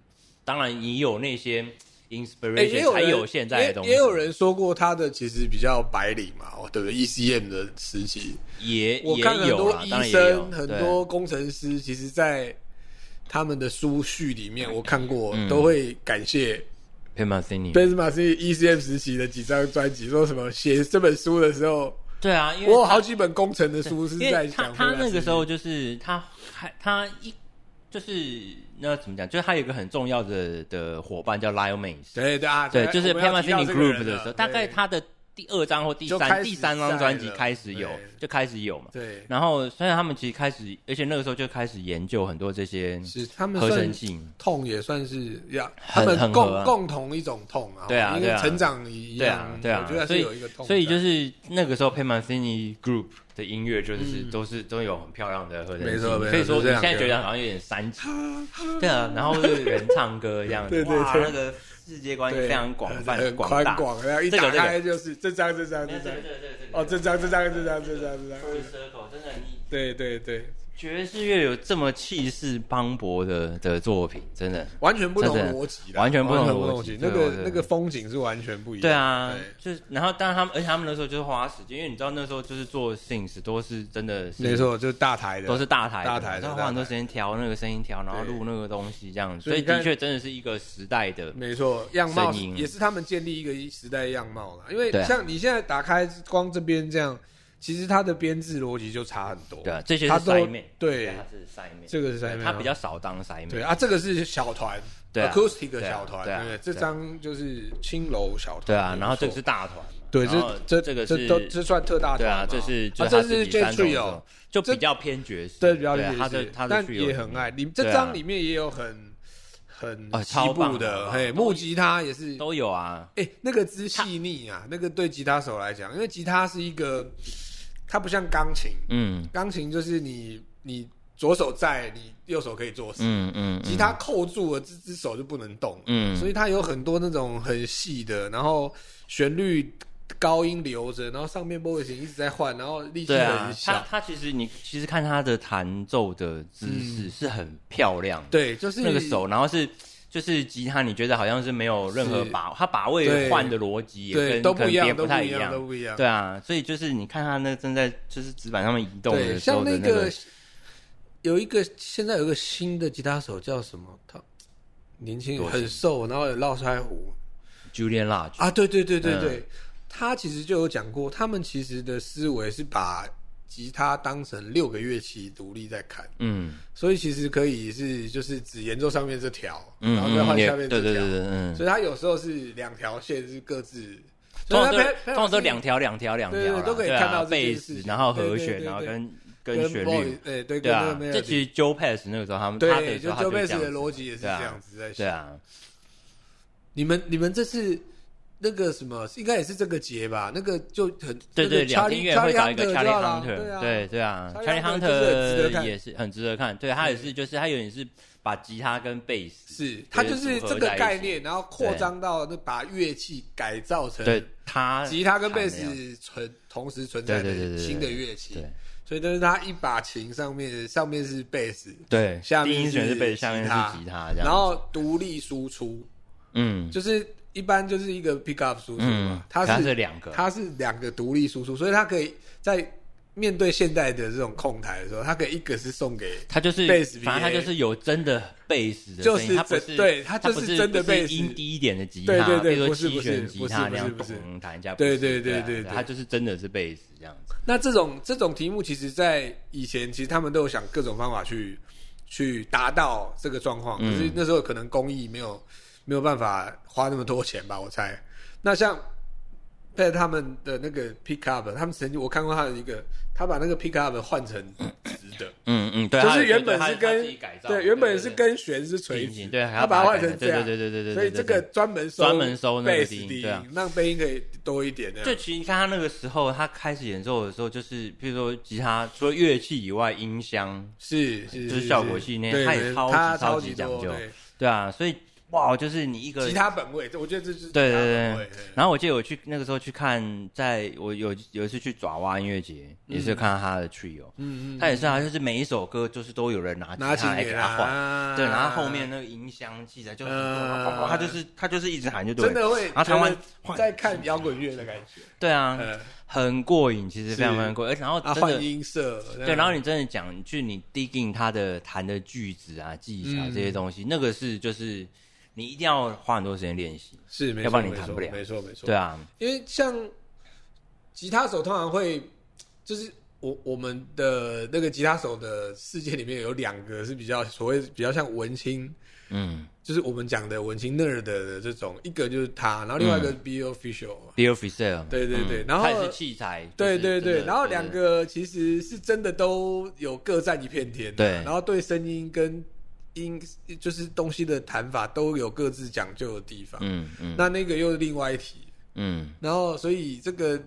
Speaker 2: 当然也有那些
Speaker 1: 哎也
Speaker 2: inspiration，、
Speaker 1: 有
Speaker 2: 才
Speaker 1: 人
Speaker 2: 有现在的东西。
Speaker 1: 也，也有人说过他的其实比较白领嘛，哦，对不对？ECM 的时期，
Speaker 2: 也
Speaker 1: 我
Speaker 2: 也
Speaker 1: 看很
Speaker 2: 有
Speaker 1: 多
Speaker 2: 啦，当然
Speaker 1: 医
Speaker 2: 也有
Speaker 1: 生、很
Speaker 2: 对
Speaker 1: 多工程师，其实，在他们的书序里面，我看过，
Speaker 2: 嗯
Speaker 1: 都会感谢
Speaker 2: p a m a s i n i
Speaker 1: Besma 是 ECM 时期的几张专辑，说什么写这本书的时候，
Speaker 2: 对啊，因为
Speaker 1: 我有
Speaker 2: 他
Speaker 1: 好几本工程的书是
Speaker 2: 因
Speaker 1: 在
Speaker 2: 为他
Speaker 1: 讲
Speaker 2: 他那
Speaker 1: Besma
Speaker 2: 个时候就是他还他一就是那怎么讲，就是他有一个很重要的的伙伴叫 Lyle Mays，
Speaker 1: 对对啊，
Speaker 2: 对，就是 p a m a s i n i Group 的
Speaker 1: 的
Speaker 2: 时候，大概他的第二张或第
Speaker 1: 就开
Speaker 2: 三
Speaker 1: 始
Speaker 2: 第三张专辑开始有
Speaker 1: 在了
Speaker 2: 就开始有嘛。
Speaker 1: 对
Speaker 2: 然后虽然他们其实开始，而且那个时候就开始研究很多这些
Speaker 1: 是他们
Speaker 2: 合
Speaker 1: 算
Speaker 2: 成性，
Speaker 1: 痛也算是呀，他
Speaker 2: 很
Speaker 1: 们
Speaker 2: 很合
Speaker 1: 共
Speaker 2: 啊
Speaker 1: 共同一种痛啊，
Speaker 2: 对啊
Speaker 1: 因
Speaker 2: 对
Speaker 1: 为
Speaker 2: 啊
Speaker 1: 成长一
Speaker 2: 对啊
Speaker 1: 样，
Speaker 2: 对啊
Speaker 1: 我觉得还
Speaker 2: 所
Speaker 1: 是
Speaker 2: 以
Speaker 1: 有一个痛在，
Speaker 2: 所以就是是那个时候 p a m a s i n i Group 的音乐就是都是都有很漂亮的合成
Speaker 1: 嗯没错
Speaker 2: 性，
Speaker 1: 没错
Speaker 2: 可以说
Speaker 1: 就
Speaker 2: 你
Speaker 1: 这样
Speaker 2: 现在觉得好像有点煽情，对啊，然后就是人唱歌这样子，
Speaker 1: 对对
Speaker 2: 哇，
Speaker 1: 对
Speaker 2: 那个世界观非常广泛
Speaker 1: 很
Speaker 2: 广
Speaker 1: 宽
Speaker 2: 大。
Speaker 1: 广，然后一
Speaker 2: 这个
Speaker 1: 打
Speaker 2: 这个
Speaker 1: 开就是这张这张
Speaker 2: 没
Speaker 1: 这
Speaker 2: 有这
Speaker 1: 张
Speaker 2: 个，这个这个这个
Speaker 1: 哦，这张这张这张这张这张，
Speaker 2: First Circle 真的你
Speaker 1: 对对对，
Speaker 2: 爵士乐有这么气势磅礴的的作品，真的。
Speaker 1: 完全不同
Speaker 2: 真的
Speaker 1: 逻辑啦，
Speaker 2: 完全不
Speaker 1: 不
Speaker 2: 同
Speaker 1: 同
Speaker 2: 逻辑
Speaker 1: 那
Speaker 2: 对
Speaker 1: 个
Speaker 2: 对对
Speaker 1: 那个风景是完全不一样，
Speaker 2: 对啊
Speaker 1: 对，
Speaker 2: 就是然后，当然他们，而且他们那时候就是花时间，因为你知道那时候就是做 things 都是真的是，
Speaker 1: 没，错，就是大台的，
Speaker 2: 都是大台的
Speaker 1: 啊大台的
Speaker 2: 然后
Speaker 1: 大
Speaker 2: 花很多
Speaker 1: 台
Speaker 2: 时间调那个声音调，然后
Speaker 1: 对
Speaker 2: 录那个东西这样，
Speaker 1: 所
Speaker 2: 所
Speaker 1: 以
Speaker 2: 以
Speaker 1: 你看嗯
Speaker 2: 的确真的是一个时代的，
Speaker 1: 没错，样貌
Speaker 2: 声音
Speaker 1: 也是他们建立一个时代样貌啦。因为
Speaker 2: 对啊
Speaker 1: 像你现在打开光这边这样，其实它的编制逻辑就差很多。
Speaker 2: 对啊，这些
Speaker 1: 他
Speaker 2: 是
Speaker 1: 都
Speaker 2: 塞妹，啊
Speaker 1: 对
Speaker 2: 他是塞妹，
Speaker 1: 这个是塞妹
Speaker 2: 对
Speaker 1: 啊
Speaker 2: 他比较少当塞妹，
Speaker 1: 对啊，这个是小团，
Speaker 2: 对啊
Speaker 1: acoustic 的
Speaker 2: 对啊
Speaker 1: 小团，
Speaker 2: 对啊
Speaker 1: 不对？
Speaker 2: 对
Speaker 1: 这
Speaker 2: 啊
Speaker 1: 张就是青楼小团，
Speaker 2: 对啊，
Speaker 1: 没
Speaker 2: 然后这
Speaker 1: 错
Speaker 2: 个是大团嘛，
Speaker 1: 对
Speaker 2: 然后
Speaker 1: 这这
Speaker 2: 这个
Speaker 1: 这
Speaker 2: 是
Speaker 1: 都这算特大团
Speaker 2: 对啊，
Speaker 1: 嘛
Speaker 2: 这是就
Speaker 1: 啊
Speaker 2: 是
Speaker 1: 这
Speaker 2: 他自
Speaker 1: 是
Speaker 2: 己
Speaker 1: J
Speaker 2: 三种
Speaker 1: Trio，
Speaker 2: 的就
Speaker 1: 这
Speaker 2: 比较偏爵士，
Speaker 1: 这比较厉
Speaker 2: 对啊
Speaker 1: 害
Speaker 2: 他的他的
Speaker 1: 但
Speaker 2: trio
Speaker 1: 也很爱。你这
Speaker 2: 对啊
Speaker 1: 张里面也有很很
Speaker 2: 哦
Speaker 1: 西
Speaker 2: 超棒
Speaker 1: 部的，
Speaker 2: 的
Speaker 1: 嘿，木吉他也是
Speaker 2: 都有啊，
Speaker 1: 哎、那个之细腻啊，那个对吉他手来讲，因为吉他是一个，它不像钢琴，
Speaker 2: 嗯
Speaker 1: 钢琴就是你你左手在，你右手可以做事，
Speaker 2: 嗯嗯，嗯
Speaker 1: 吉他扣住了，这只手就不能动，
Speaker 2: 嗯
Speaker 1: 所以它有很多那种很细的，然后旋律高音留着，然后上面波尾琴一直在换，然后力气
Speaker 2: 对啊
Speaker 1: 很，小，
Speaker 2: 他他其实你其实看他的弹奏的姿
Speaker 1: 嗯
Speaker 2: 势是很漂亮的，
Speaker 1: 对，就是
Speaker 2: 那个手，然后是。就是吉他，你觉得好像是没有任何
Speaker 1: 是
Speaker 2: 把他把
Speaker 1: 对
Speaker 2: 位换的逻辑也
Speaker 1: 对
Speaker 2: 跟
Speaker 1: 都不一
Speaker 2: 可能别
Speaker 1: 样，都
Speaker 2: 不太
Speaker 1: 一
Speaker 2: 一
Speaker 1: 都不一样，
Speaker 2: 对啊，所以就是你看他那正在就是纸板上面移动
Speaker 1: 对，
Speaker 2: 的时候
Speaker 1: 像那
Speaker 2: 的个
Speaker 1: 个有一个现在有一个新的吉他手叫什么？他年轻人
Speaker 2: 多
Speaker 1: 很瘦，然后有络腮胡
Speaker 2: Julian Lodge，
Speaker 1: 啊，对对对对
Speaker 2: 嗯
Speaker 1: 对，他其实就有讲过，他们其实的思维是把吉他当成六个乐器独立在看，
Speaker 2: 嗯
Speaker 1: 所以其实可以是就是只研究上面这条，
Speaker 2: 嗯
Speaker 1: 然后再
Speaker 2: 嗯，
Speaker 1: 换
Speaker 2: 也
Speaker 1: 下面
Speaker 2: 对
Speaker 1: 这
Speaker 2: 对
Speaker 1: 条，
Speaker 2: 对对，嗯，
Speaker 1: 所以他有时候是两条线是各自。
Speaker 2: 通
Speaker 1: 所
Speaker 2: 常都
Speaker 1: 以他
Speaker 2: 通常都两条两条两条
Speaker 1: 对
Speaker 2: 啦，
Speaker 1: 对都可以
Speaker 2: 对啊
Speaker 1: 看到这件
Speaker 2: 贝
Speaker 1: 事
Speaker 2: 斯
Speaker 1: 情，
Speaker 2: 然后和
Speaker 1: 对对
Speaker 2: 弦，
Speaker 1: 对
Speaker 2: 然后
Speaker 1: 对
Speaker 2: 跟
Speaker 1: 跟
Speaker 2: 跟旋
Speaker 1: voice，
Speaker 2: 律，
Speaker 1: 哎，对，
Speaker 2: 对
Speaker 1: 跟那
Speaker 2: 啊
Speaker 1: 个，melody
Speaker 2: 这其实 Joe Pass 那个时候他们他
Speaker 1: 对，
Speaker 2: 的时
Speaker 1: 就
Speaker 2: 候他
Speaker 1: 就贝
Speaker 2: 这
Speaker 1: 斯
Speaker 2: 样
Speaker 1: 的
Speaker 2: 子，
Speaker 1: 逻辑也是这
Speaker 2: 对啊
Speaker 1: 样子在
Speaker 2: 对
Speaker 1: 想。
Speaker 2: 啊，
Speaker 1: 你们你们这次那个什么，应该也是这个节吧？那个就很
Speaker 2: 对对，两音乐会找一个
Speaker 1: Charlie Hunter，
Speaker 2: Charlie
Speaker 1: 就好了
Speaker 2: 对
Speaker 1: 对啊
Speaker 2: 对啊
Speaker 1: Charlie
Speaker 2: ，Charlie
Speaker 1: Hunter 就是很值得
Speaker 2: Hunter
Speaker 1: 看
Speaker 2: 也是很值得看，对他也是就是他有点是把吉他跟贝斯，
Speaker 1: 是它就是这个概念，然后扩张到那把乐器改造成
Speaker 2: 对他
Speaker 1: 吉他跟贝
Speaker 2: 弹的样
Speaker 1: 斯
Speaker 2: 子，
Speaker 1: 存同时存在
Speaker 2: 对对对
Speaker 1: 的
Speaker 2: 对对
Speaker 1: 新的乐器
Speaker 2: 对，
Speaker 1: 所以就是它一把琴上面上面是贝斯，
Speaker 2: 对，
Speaker 1: 下面
Speaker 2: 第一音弦
Speaker 1: 是
Speaker 2: 是贝斯，下面是
Speaker 1: 吉他
Speaker 2: 吉他，这样，
Speaker 1: 然后独立输出，
Speaker 2: 嗯
Speaker 1: 就是一般就是一个 pickup 输出
Speaker 2: 嗯
Speaker 1: 嘛，，它
Speaker 2: 可
Speaker 1: 是
Speaker 2: 是两个，
Speaker 1: 它是两个独立输出，所以它可以在面对现代的这种控台的时候，他可以一个是送给
Speaker 2: 他就是
Speaker 1: 贝斯，
Speaker 2: 反正他就是有真的贝斯的
Speaker 1: 就
Speaker 2: 声
Speaker 1: 是
Speaker 2: 音，他不
Speaker 1: 真
Speaker 2: 是
Speaker 1: 对他就是
Speaker 2: 不是
Speaker 1: 真的
Speaker 2: 不是
Speaker 1: 贝斯
Speaker 2: 音低一点的吉
Speaker 1: 对
Speaker 2: 他，
Speaker 1: 对对
Speaker 2: 比如
Speaker 1: 不
Speaker 2: 说
Speaker 1: 是
Speaker 2: 七
Speaker 1: 不是不
Speaker 2: 弦吉
Speaker 1: 是
Speaker 2: 他
Speaker 1: 不
Speaker 2: 那样
Speaker 1: 是不是
Speaker 2: 嘣弹一下，
Speaker 1: 对
Speaker 2: 不
Speaker 1: 对
Speaker 2: 是对啊
Speaker 1: 对对对
Speaker 2: 他就是真的是贝斯这样子，
Speaker 1: 那这种这种题目，其实，在以前其实他们都有想各种方法去去达到这个状
Speaker 2: 嗯
Speaker 1: 况，可是那时候可能工艺没有没有办法花那么多钱吧，我猜。那像在他们的那个 pickup，他们曾经我看过他的一个，他把那个 pickup 换成直的，
Speaker 2: 嗯嗯， 对，
Speaker 1: 就
Speaker 2: 他
Speaker 1: 是原本
Speaker 2: 对
Speaker 1: 是
Speaker 2: 他他自
Speaker 1: 跟
Speaker 2: 己改造
Speaker 1: 对
Speaker 2: 的
Speaker 1: 原本是跟弦是垂
Speaker 2: 平
Speaker 1: 直
Speaker 2: 行，，对，还
Speaker 1: 他
Speaker 2: 要
Speaker 1: 把它
Speaker 2: 把
Speaker 1: 换
Speaker 2: 它改
Speaker 1: 成
Speaker 2: 成
Speaker 1: 这样，
Speaker 2: 对对对对对对，
Speaker 1: 所以
Speaker 2: 对
Speaker 1: 这个
Speaker 2: 对
Speaker 1: 专门收
Speaker 2: 专门收那个
Speaker 1: 贝斯
Speaker 2: 低音
Speaker 1: 低
Speaker 2: 对啊
Speaker 1: 音，让贝音可以多一点的。
Speaker 2: 就其实你看他那个时候，他开始演奏的时候，就是譬如说吉他，除了乐器以外，音箱，
Speaker 1: 是是
Speaker 2: 就是效果系那
Speaker 1: 对
Speaker 2: 他也
Speaker 1: 对
Speaker 2: 超级
Speaker 1: 他
Speaker 2: 超级
Speaker 1: 级
Speaker 2: 讲
Speaker 1: 多
Speaker 2: 究
Speaker 1: 对
Speaker 2: 对啊，所以哇，就是你一个
Speaker 1: 吉他本位，这我觉得这是
Speaker 2: 对
Speaker 1: 吉他
Speaker 2: 对
Speaker 1: 本
Speaker 2: 对
Speaker 1: 位。嗯
Speaker 2: 然后我记得我去那个时候去看，在我有有一次去爪哇音乐节，也是看到他的 trio，
Speaker 1: 嗯嗯嗯，
Speaker 2: 他也是啊，就是每一首歌就是都有人拿
Speaker 1: 拿啊
Speaker 2: 吉他来
Speaker 1: 给
Speaker 2: 给他换，
Speaker 1: 他
Speaker 2: 对，然后后面那个音箱器材就很多
Speaker 1: 嗯
Speaker 2: 哇他就是他就是一直喊就对
Speaker 1: 真
Speaker 2: 了，
Speaker 1: 的会，
Speaker 2: 然后他换换
Speaker 1: 在看摇滚乐的感觉，
Speaker 2: 对啊，
Speaker 1: 呃，
Speaker 2: 很过瘾，其实非常
Speaker 1: 是
Speaker 2: 非常过瘾，而且然后
Speaker 1: 啊，
Speaker 2: 真的
Speaker 1: 换音色，
Speaker 2: 对，啊然后你真的讲，去你 digging 他的弹的句子啊、技巧
Speaker 1: 嗯
Speaker 2: 这些东西，那个是就是你一定要花很多时间练习。
Speaker 1: 是，没错
Speaker 2: 要不然你
Speaker 1: 没
Speaker 2: 弹
Speaker 1: 错
Speaker 2: 不了
Speaker 1: 没错没错，
Speaker 2: 对啊，
Speaker 1: 因为像吉他手通常会，就是我我们的那个吉他手的世界里面有两个是比较所谓比较像文青，
Speaker 2: 嗯
Speaker 1: 就是我们讲的文青 nerd 的这种，一个就是他，然后另外一
Speaker 2: 嗯
Speaker 1: 个 B official，、
Speaker 2: ，Bill f r i s e l
Speaker 1: 对对对然后
Speaker 2: 它也是器材，
Speaker 1: 对对
Speaker 2: 就是真
Speaker 1: 对，
Speaker 2: 的
Speaker 1: 然后两个其实是真的都有各占一片天、啊，
Speaker 2: 对
Speaker 1: 然后对声音跟音就是东西的弹法都有各自讲究的地方，
Speaker 2: 嗯嗯
Speaker 1: 那那个又是另外一题，
Speaker 2: 嗯，
Speaker 1: 然后所以这个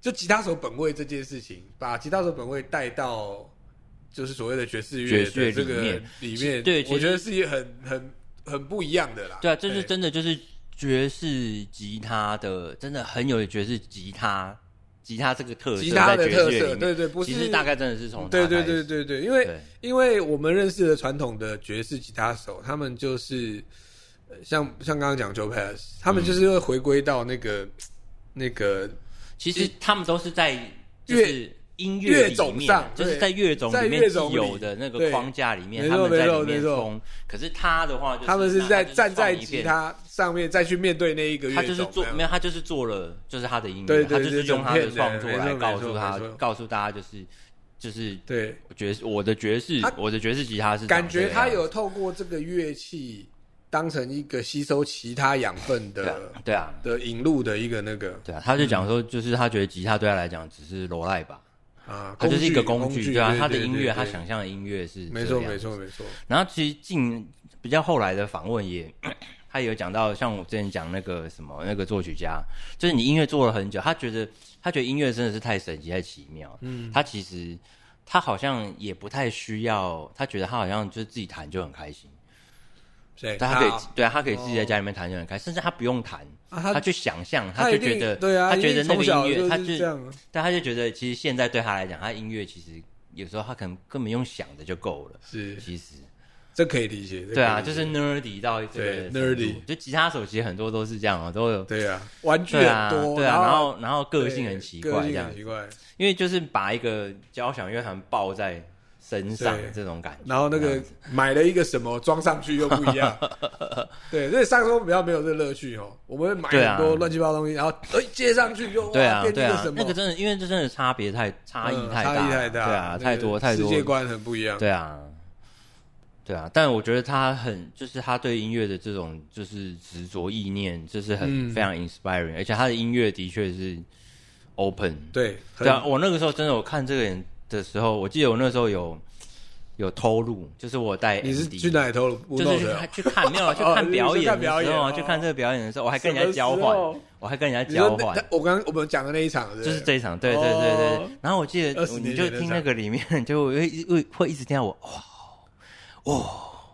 Speaker 1: 就吉他手本位这件事情，把吉他手本位带到就是所谓的爵士乐
Speaker 2: 爵士乐
Speaker 1: 的这个
Speaker 2: 里面
Speaker 1: 里面，
Speaker 2: 对其实
Speaker 1: 我觉得是一个很很很不一样的啦，
Speaker 2: 对啊，这是真的就是爵士吉他的，真的很有爵士吉他吉他这个特色
Speaker 1: 吉他
Speaker 2: 在
Speaker 1: 的
Speaker 2: 爵
Speaker 1: 特
Speaker 2: 士乐
Speaker 1: 色，
Speaker 2: 里面，
Speaker 1: 对对，不是
Speaker 2: 其实哦大概真的是从它
Speaker 1: 对对
Speaker 2: 开始
Speaker 1: 对对对，因为
Speaker 2: 对
Speaker 1: 因为我们认识的传统的爵士吉他手，他们就是呃像像刚刚讲 Joe Pass，他们就是会回归到那个、
Speaker 2: 嗯
Speaker 1: 那个
Speaker 2: 其实他们都是在就
Speaker 1: 乐
Speaker 2: 是音
Speaker 1: 乐
Speaker 2: 里
Speaker 1: 种
Speaker 2: 面
Speaker 1: 上
Speaker 2: 就是
Speaker 1: 对
Speaker 2: 在乐种
Speaker 1: 在
Speaker 2: 里面
Speaker 1: 乐
Speaker 2: 既
Speaker 1: 种
Speaker 2: 有
Speaker 1: 里
Speaker 2: 的那个
Speaker 1: 对
Speaker 2: 框架里面，
Speaker 1: 没
Speaker 2: 他
Speaker 1: 错
Speaker 2: 们在
Speaker 1: 没
Speaker 2: 里
Speaker 1: 错
Speaker 2: 面
Speaker 1: 没错
Speaker 2: 冲。可是他的话就是拿，
Speaker 1: 他们是在
Speaker 2: 他就是
Speaker 1: 站在
Speaker 2: 创一
Speaker 1: 吉
Speaker 2: 片，
Speaker 1: 他上面再去面对那一个乐
Speaker 2: 他
Speaker 1: 种，
Speaker 2: 就是做
Speaker 1: 这样
Speaker 2: 没有，他就是做了，就是他的音乐，啊
Speaker 1: 对
Speaker 2: 他
Speaker 1: 对
Speaker 2: 就是
Speaker 1: 对
Speaker 2: 用他的
Speaker 1: 整片的
Speaker 2: 创作
Speaker 1: 没错
Speaker 2: 来
Speaker 1: 没
Speaker 2: 告
Speaker 1: 错
Speaker 2: 诉他
Speaker 1: 没错，
Speaker 2: 告诉大家就是就是
Speaker 1: 对，
Speaker 2: 爵士，我的爵士
Speaker 1: 他，
Speaker 2: 我的爵士吉他是
Speaker 1: 感
Speaker 2: 长这啊
Speaker 1: 觉
Speaker 2: 个
Speaker 1: 他
Speaker 2: 样子
Speaker 1: 有透过这个乐器当成一个吸收其他养分
Speaker 2: 对啊
Speaker 1: 的
Speaker 2: 对啊
Speaker 1: 的引路的一个那个
Speaker 2: 对啊，他就讲说，就是他觉得吉他对他来讲只是罗赖吧，
Speaker 1: 啊，
Speaker 2: 他就是一个
Speaker 1: 工
Speaker 2: 工具，对啊，他的音乐他。
Speaker 1: 对对
Speaker 2: 想象的音乐是
Speaker 1: 没
Speaker 2: 这
Speaker 1: 错，
Speaker 2: 样
Speaker 1: 没错，没错。
Speaker 2: 然后其实近比较后来的访问也， 他也有讲到，像我之前讲那个什么那个作曲家，就是你音乐做了很久，他觉得他觉得音乐真的是太神奇太奇妙，嗯，他其实他好像也不太需要，他觉得他好像就是自己弹就很开心，
Speaker 1: 对，
Speaker 2: 但他可以
Speaker 1: 啊
Speaker 2: 对啊，他可以自己在家里面弹就很开心，甚至他不用弹，
Speaker 1: 啊
Speaker 2: 他
Speaker 1: 哦他
Speaker 2: 去想象，
Speaker 1: 他
Speaker 2: 就
Speaker 1: 一定
Speaker 2: 觉得
Speaker 1: 对啊，
Speaker 2: 他觉得
Speaker 1: 一定
Speaker 2: 那个
Speaker 1: 从小
Speaker 2: 音乐，他
Speaker 1: 就是这样，啊
Speaker 2: 但他就觉得其实现在对他来讲，他音乐其实有时候他可能根本用想的就够了，
Speaker 1: 是
Speaker 2: 其实。
Speaker 1: 这可以理解。这
Speaker 2: 对啊，
Speaker 1: 可以
Speaker 2: 就
Speaker 1: 理
Speaker 2: 是
Speaker 1: 解
Speaker 2: nerdy 到这个
Speaker 1: 对
Speaker 2: 程度
Speaker 1: nerdy
Speaker 2: 就吉他手其实很多都是这样啊，都有
Speaker 1: 对啊，玩具
Speaker 2: 对
Speaker 1: 很
Speaker 2: 啊，
Speaker 1: 多，
Speaker 2: 对啊，然
Speaker 1: 后
Speaker 2: 后然后个性很奇怪
Speaker 1: 对
Speaker 2: 这
Speaker 1: 个性
Speaker 2: 样
Speaker 1: 很，奇怪。
Speaker 2: 因为就是把一个交响乐团抱在身上
Speaker 1: 对
Speaker 2: 这种感觉，
Speaker 1: 然后那
Speaker 2: 这
Speaker 1: 个
Speaker 2: 样子
Speaker 1: 买了一个什么装上去又不一样， 对，所以上周比较没有这个乐趣哦。我们会买
Speaker 2: 对啊
Speaker 1: 很多乱七八糟东西，然后哎接上去就
Speaker 2: 对
Speaker 1: 哇
Speaker 2: 啊
Speaker 1: 变
Speaker 2: 对
Speaker 1: 成一
Speaker 2: 啊
Speaker 1: 什，么
Speaker 2: 那个真的因为这真的差别太差异
Speaker 1: 嗯
Speaker 2: 太
Speaker 1: 差
Speaker 2: 大
Speaker 1: 异
Speaker 2: 了，
Speaker 1: 太
Speaker 2: 对
Speaker 1: 那
Speaker 2: 啊，
Speaker 1: 个
Speaker 2: 太多太
Speaker 1: 世
Speaker 2: 多
Speaker 1: 界观很不一样。
Speaker 2: 对啊，对啊，但我觉得他很，就是他对音乐的这种就是执着意念，就是很、
Speaker 1: 嗯
Speaker 2: 非常 inspiring，而且他的音乐的确是 open。
Speaker 1: 对，很
Speaker 2: 对啊，我那个时候真的，我看这个人的时候，我记得我那时候有有偷录，就是我带
Speaker 1: 你是
Speaker 2: MD
Speaker 1: 去哪里偷
Speaker 2: 就
Speaker 1: 不
Speaker 2: 是
Speaker 1: 弄
Speaker 2: 去
Speaker 1: 的
Speaker 2: 看
Speaker 1: 哦？
Speaker 2: 去看没有去
Speaker 1: 哦
Speaker 2: 看
Speaker 1: 你
Speaker 2: 表
Speaker 1: 是去
Speaker 2: 演
Speaker 1: 看
Speaker 2: 的
Speaker 1: 表
Speaker 2: 时候啊，
Speaker 1: 演
Speaker 2: 去
Speaker 1: 哦
Speaker 2: 看这个表演的时候，我还跟人家交
Speaker 1: 什么时
Speaker 2: 换
Speaker 1: 候，
Speaker 2: 我还跟人家
Speaker 1: 你说
Speaker 2: 交换
Speaker 1: 那，那我刚我们讲的那一场，对不
Speaker 2: 就
Speaker 1: 对
Speaker 2: 是这一场，对对对对。
Speaker 1: 哦
Speaker 2: 然后我记得
Speaker 1: 20
Speaker 2: 你
Speaker 1: 年
Speaker 2: 就
Speaker 1: 前的
Speaker 2: 听那个里面，就会会会一直听到我哇哇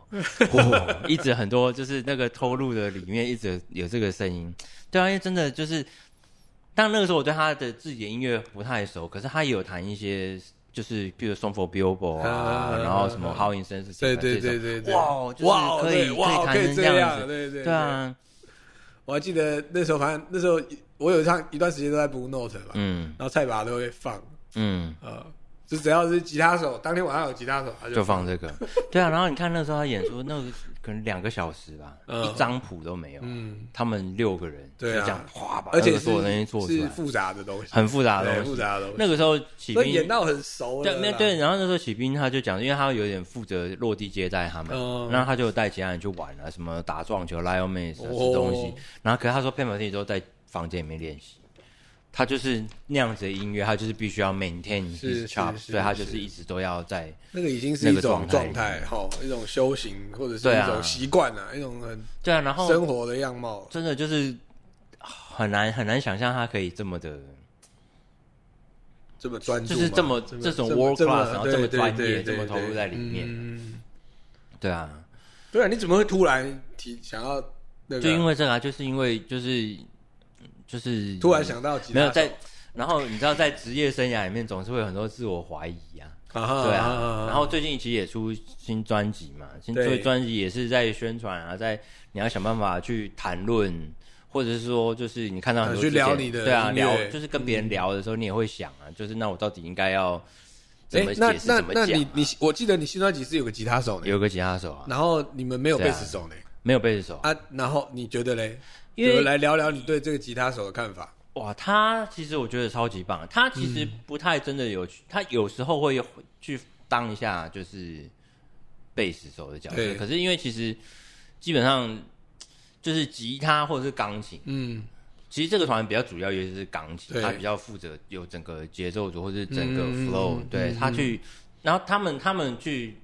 Speaker 2: 哇，一直很多就是那个偷录的里面一直有这个声音。对啊，因为真的就是，但那个时候我对他的自己的音乐不太熟，可是他也有弹一些。就是，比如《Song for Billboard》啊，
Speaker 1: 嗯
Speaker 2: 然后什么《How in Sense》
Speaker 1: 对对对对对，
Speaker 2: 哇，就是
Speaker 1: 哇，
Speaker 2: 可
Speaker 1: 对
Speaker 2: 以
Speaker 1: 哇，
Speaker 2: 以弹
Speaker 1: 可以
Speaker 2: 成
Speaker 1: 这
Speaker 2: 样子，
Speaker 1: 对对
Speaker 2: 对，啊，
Speaker 1: 我还记得那时候，反正那时候我有一趟一段时间都在补 note 嘛，
Speaker 2: 嗯
Speaker 1: 然后菜把都会放，
Speaker 2: 嗯，
Speaker 1: 呃，就只要是吉他手，当天晚上有吉他手，他就
Speaker 2: 就放这个。对啊，然后你看那时候他演出，那个可能两个小时吧，
Speaker 1: 嗯
Speaker 2: 一张谱都没有。
Speaker 1: 嗯，
Speaker 2: 他们六个人就
Speaker 1: 对啊
Speaker 2: 这样哗把
Speaker 1: 而
Speaker 2: 那
Speaker 1: 且
Speaker 2: 个
Speaker 1: 是
Speaker 2: 所有东西做出
Speaker 1: 是
Speaker 2: 来，
Speaker 1: 复杂的东西，
Speaker 2: 很复杂的
Speaker 1: 对
Speaker 2: 东
Speaker 1: 复
Speaker 2: 西。
Speaker 1: 杂的东西，
Speaker 2: 那个时候起
Speaker 1: 所以
Speaker 2: 兵
Speaker 1: 演到很熟了
Speaker 2: 对，
Speaker 1: 啦，
Speaker 2: 那对，然后那时候起兵他就讲，因为他有点负责落地接待他们，
Speaker 1: 嗯
Speaker 2: 然后他就带其他人去玩啊，什么打撞球、拉 i o n 啊，吃东西
Speaker 1: 哦。
Speaker 2: 然后可是他说 p a m 自己都在房间里面练习，他就是那样子的音乐，他就是必须要 maintain
Speaker 1: 是是
Speaker 2: his chop，
Speaker 1: 是
Speaker 2: 所以他就是
Speaker 1: 是
Speaker 2: 一直都要在。
Speaker 1: 那个已经是
Speaker 2: 那
Speaker 1: 一
Speaker 2: 个
Speaker 1: 种
Speaker 2: 状
Speaker 1: 状
Speaker 2: 态
Speaker 1: 态哈，齁一种修行或者是
Speaker 2: 对
Speaker 1: 一
Speaker 2: 啊
Speaker 1: 种习惯啊，一种很
Speaker 2: 对啊，然后
Speaker 1: 生活的样貌。
Speaker 2: 真的就是很难很难想象他可以这么的，
Speaker 1: 这么专注
Speaker 2: 就
Speaker 1: 吗，
Speaker 2: 是这么这种 world
Speaker 1: 这么
Speaker 2: class，然后这么
Speaker 1: 对对
Speaker 2: 专业，
Speaker 1: 对对
Speaker 2: 这么投入在
Speaker 1: 对
Speaker 2: 里面。
Speaker 1: 嗯，
Speaker 2: 对啊，
Speaker 1: 对啊，你怎么会突然提想要那个？
Speaker 2: 就因为这个啊，就是因为就是就是
Speaker 1: 突然想到吉他
Speaker 2: 没有在，然后你知道在职业生涯里面总是会有很多自我怀疑啊，
Speaker 1: 手啊哈
Speaker 2: 对
Speaker 1: 啊哈
Speaker 2: 啊。然后最近其实也出新专辑嘛，新
Speaker 1: 对
Speaker 2: 出专辑也是在宣传啊，在你要想办法去谈论。或者是说，就是你看到很多
Speaker 1: 啊去
Speaker 2: 之前
Speaker 1: 聊你的
Speaker 2: 对啊，
Speaker 1: 音乐嗯
Speaker 2: 聊就是跟别人聊的时候，你也会想啊，就是那我到底应该要怎
Speaker 1: 哎
Speaker 2: 么，
Speaker 1: 那
Speaker 2: 解释
Speaker 1: 那
Speaker 2: 怎么
Speaker 1: 那
Speaker 2: 讲
Speaker 1: 你
Speaker 2: 啊？
Speaker 1: 你，我记得你新专辑是有个吉他手呢，
Speaker 2: 有个吉他手啊，
Speaker 1: 然后你们没有
Speaker 2: 对
Speaker 1: 贝
Speaker 2: 啊
Speaker 1: 斯手呢
Speaker 2: 没有贝斯手啊，
Speaker 1: 啊，然后你觉得嘞？
Speaker 2: 因为
Speaker 1: 我们来聊聊你对这个吉他手的看法。
Speaker 2: 哇，他其实我觉得超级棒，他其实
Speaker 1: 嗯
Speaker 2: 不太真的有去，他有时候会去当一下就是贝斯手的角色，
Speaker 1: 对
Speaker 2: 可是因为其实基本上就是吉他或者是钢琴，
Speaker 1: 嗯，
Speaker 2: 其实这个团比较主要也是钢琴，
Speaker 1: 对
Speaker 2: 他比较负责有整个节奏组或是整个
Speaker 1: 嗯
Speaker 2: flow，、
Speaker 1: 嗯
Speaker 2: 对
Speaker 1: 嗯
Speaker 2: 他去，然后他们他们去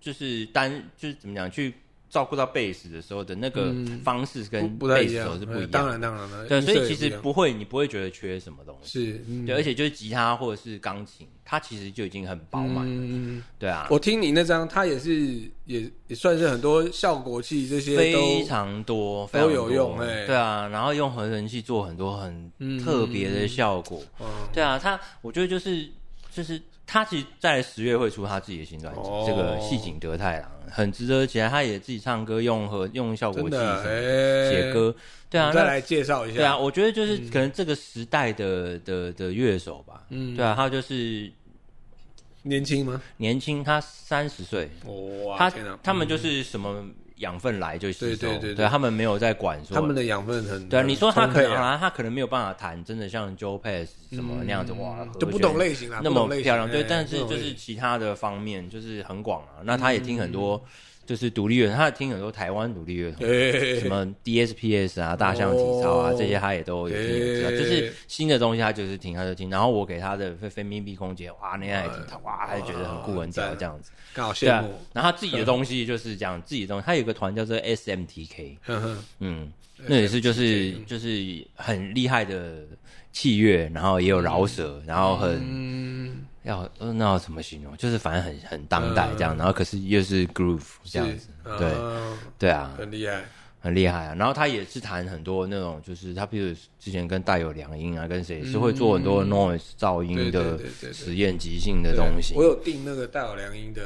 Speaker 2: 就是单就是怎么讲去照顾到贝斯的时候的那个方式跟
Speaker 1: 嗯不不太
Speaker 2: 贝
Speaker 1: 一
Speaker 2: 斯
Speaker 1: 样
Speaker 2: 手是不一
Speaker 1: 呃
Speaker 2: 样的，
Speaker 1: 当然当然了。
Speaker 2: 对，
Speaker 1: 音
Speaker 2: 所
Speaker 1: 色也
Speaker 2: 以其
Speaker 1: 不一
Speaker 2: 实
Speaker 1: 样
Speaker 2: 不会，你不会觉得缺什么东西。
Speaker 1: 是，嗯
Speaker 2: 对，而且就是吉他或者是钢琴，它其实就已经很饱满了。
Speaker 1: 嗯嗯
Speaker 2: 对啊，
Speaker 1: 我听你那张，它也是也也算是很多效果器这些
Speaker 2: 非
Speaker 1: 都
Speaker 2: 常多，非常
Speaker 1: 都
Speaker 2: 多
Speaker 1: 有用哎
Speaker 2: 对啊，然后用合成器做很多很特别的效果。
Speaker 1: 嗯
Speaker 2: 对啊，他我觉得就是就是他其实在十月会出他自己的新专辑，
Speaker 1: 哦
Speaker 2: 这个细井德太郎很值得期待。他也自己唱歌，用和用效果
Speaker 1: 真
Speaker 2: 器
Speaker 1: 的
Speaker 2: 什么
Speaker 1: 哎，
Speaker 2: 写歌。对啊，
Speaker 1: 你
Speaker 2: 那
Speaker 1: 再来介绍一下。
Speaker 2: 对啊，我觉得就是可能这个时代的、的的乐手吧，
Speaker 1: 嗯
Speaker 2: 对啊，他就是
Speaker 1: 年轻吗？
Speaker 2: 年轻，他三十岁，
Speaker 1: 哇
Speaker 2: 他
Speaker 1: 天哪！嗯
Speaker 2: 他们就是什么养分来就吸
Speaker 1: 对
Speaker 2: 收，
Speaker 1: 对对对
Speaker 2: 他们没有在管说
Speaker 1: 他们的养分很
Speaker 2: 对啊，你说他
Speaker 1: 很
Speaker 2: 可
Speaker 1: 充
Speaker 2: 能
Speaker 1: 沛啊
Speaker 2: 啊，他可能没有办法弹真的像 Joe Pass 什么那样子、哇，
Speaker 1: 嗯就不懂类型啦，
Speaker 2: 那
Speaker 1: 不
Speaker 2: 么
Speaker 1: 懂类型
Speaker 2: 漂亮，对，
Speaker 1: 哎
Speaker 2: 但是
Speaker 1: 不懂
Speaker 2: 就
Speaker 1: 类
Speaker 2: 是
Speaker 1: 型
Speaker 2: 其他的方面就是很广啊，那他也听很
Speaker 1: 嗯
Speaker 2: 多就是独立乐团，他也听很多台湾独立乐团。
Speaker 1: 哎
Speaker 2: 什么 DSPS 啊、大象体操啊、
Speaker 1: 哦
Speaker 2: 这些，他也都有听有知道，
Speaker 1: 诶
Speaker 2: 就是新的东西他就是听，他就听。然后我给他的非非密闭空间，哇，那样也听他，哇，他就觉得很酷
Speaker 1: 哇
Speaker 2: 很屌
Speaker 1: 赞
Speaker 2: 这样子。
Speaker 1: 刚好
Speaker 2: 对
Speaker 1: 羡
Speaker 2: 啊
Speaker 1: 慕，，
Speaker 2: 然后他自己的东西就是这样，自己的东西，他有个团叫做 SMTK，
Speaker 1: 哼哼，
Speaker 2: 嗯，那也是就是就是很厉害的器乐，然后也有饶舌，然后很
Speaker 1: 嗯，
Speaker 2: 要呃那要怎么形容？就是反正很很当代这样，然后可是又是 groove 这样子，对
Speaker 1: 嗯啊
Speaker 2: 对啊，
Speaker 1: 很厉害，
Speaker 2: 很厉害啊。然后他也是弹很多那种，就是他比如之前跟带有良音啊，跟谁也是会做很多 noise 噪音
Speaker 1: 嗯对对
Speaker 2: 的
Speaker 1: 对对对
Speaker 2: 实验即兴的东西
Speaker 1: 对。我有订那个戴尔良音的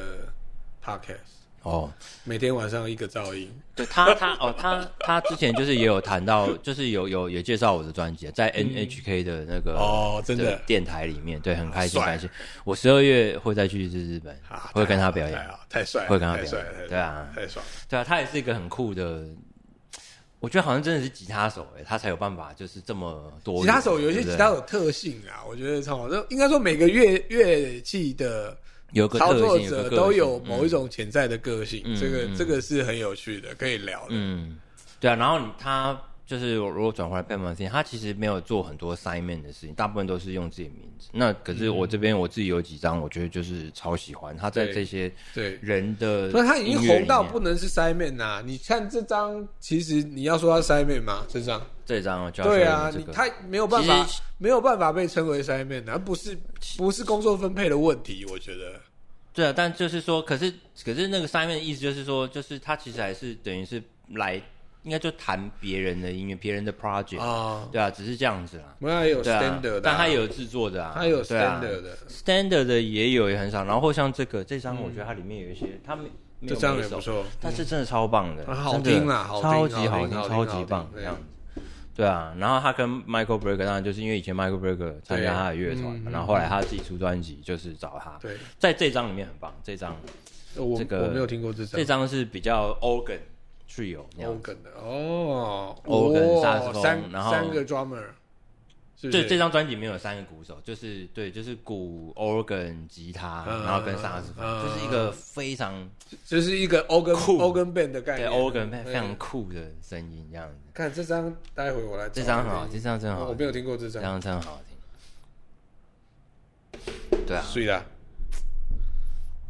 Speaker 1: podcast，
Speaker 2: 哦，
Speaker 1: 每天晚上一个噪音，
Speaker 2: 对他他哦他他之前就是也有谈到，就是有有也介绍我的专辑，在 NHK 的那个
Speaker 1: 嗯哦真的
Speaker 2: 电台里面，对，很开心
Speaker 1: 帅
Speaker 2: 开心。我十二月会再去一次日本
Speaker 1: 啊，
Speaker 2: 会跟他表演
Speaker 1: 太。好，太帅了，
Speaker 2: 会跟他
Speaker 1: 太
Speaker 2: 表
Speaker 1: 帅
Speaker 2: 演
Speaker 1: 了，太，
Speaker 2: 对啊，
Speaker 1: 太爽了。
Speaker 2: 对啊，他也是一个很酷的，我觉得好像真的是吉他手哎、他才有办法就是这么多元。
Speaker 1: 吉他手有一些
Speaker 2: 对不
Speaker 1: 吉
Speaker 2: 对
Speaker 1: 他手特性啊，我觉得超好。就应该说每个乐乐器的
Speaker 2: 有个
Speaker 1: 操
Speaker 2: 特
Speaker 1: 作
Speaker 2: 性，嗯
Speaker 1: 者
Speaker 2: 个
Speaker 1: 都
Speaker 2: 个性
Speaker 1: 有某一种潜在的个性，
Speaker 2: 嗯
Speaker 1: 这个、
Speaker 2: 嗯
Speaker 1: 这个是很有趣的，可以聊的。
Speaker 2: 嗯，对啊。然后你他就是我如果转回来 p a m a n 他其实没有做很多 Simon 的事情，大部分都是用自己的名字。那可
Speaker 1: 嗯
Speaker 2: 是我这边我自己有几张，我觉得就是超喜欢他在
Speaker 1: 对
Speaker 2: 这些
Speaker 1: 对，
Speaker 2: 人的，
Speaker 1: 所以他已经红到不能是 Simon 啊！你看这张，其实你要说他 Simon 嘛，这张
Speaker 2: 这张就要
Speaker 1: 对啊，
Speaker 2: 说
Speaker 1: 你
Speaker 2: 明这个
Speaker 1: 他没有办法
Speaker 2: 其实，
Speaker 1: 没有办法被称为 Simon 啊，不是不是工作分配的问题，我觉得
Speaker 2: 对啊，但就是说，可是可是那个 Simon 的意思就是说，就是他其实还是等于是来，应该就谈别人的音乐，别人的 project，、
Speaker 1: 啊，
Speaker 2: 对啊，只是这样子啦。
Speaker 1: 没有他也有
Speaker 2: 对啊
Speaker 1: standard，的啊、
Speaker 2: 但他也有制作的啊，
Speaker 1: 他也有
Speaker 2: 对啊
Speaker 1: standard 的，
Speaker 2: standard 的也有也很少，然后像这个这张，我觉得它里面有一些，它没没
Speaker 1: 嗯这
Speaker 2: 有
Speaker 1: 张
Speaker 2: 每
Speaker 1: 也
Speaker 2: 首
Speaker 1: 不错，嗯
Speaker 2: 但是真的超棒的，
Speaker 1: 啊好
Speaker 2: 真的
Speaker 1: 听啦好听
Speaker 2: 超级
Speaker 1: 好
Speaker 2: 好
Speaker 1: 听好听
Speaker 2: 超
Speaker 1: 好
Speaker 2: 级
Speaker 1: 听
Speaker 2: 棒
Speaker 1: 对
Speaker 2: 这样子。对啊，然后他跟 Michael Brecker 当然就是因为以前 Michael Brecker 参加他的乐团嘛，
Speaker 1: 嗯
Speaker 2: 然后后来他自己出专辑就是找他，
Speaker 1: 对，
Speaker 2: 在这张里面很棒，这张
Speaker 1: 我
Speaker 2: 这个
Speaker 1: 我没有听过这张
Speaker 2: 这张是比较 organ trio 那样，
Speaker 1: Organ 的哦
Speaker 2: Organ，
Speaker 1: 哦
Speaker 2: 萨克斯风
Speaker 1: 三
Speaker 2: 然后
Speaker 1: 三个 drummer，是不
Speaker 2: 对，
Speaker 1: 是
Speaker 2: 这张专辑里面有三个鼓手，就是对，就是鼓、organ、吉他，
Speaker 1: 嗯
Speaker 2: 然后跟萨克斯风，
Speaker 1: 嗯
Speaker 2: 就是一个非常
Speaker 1: 就是一个 Organ
Speaker 2: 酷
Speaker 1: Organ band 的概
Speaker 2: 对
Speaker 1: 念
Speaker 2: organ
Speaker 1: 嗯
Speaker 2: 非常酷的声音这样子。
Speaker 1: 看这张，待会我来找
Speaker 2: 这张很好，
Speaker 1: 来
Speaker 2: 这
Speaker 1: 听
Speaker 2: 张真的好
Speaker 1: 哦我
Speaker 2: 听，
Speaker 1: 没有听过这
Speaker 2: 这
Speaker 1: 张，
Speaker 2: 张真的很好听。对啊，
Speaker 1: 所以啦，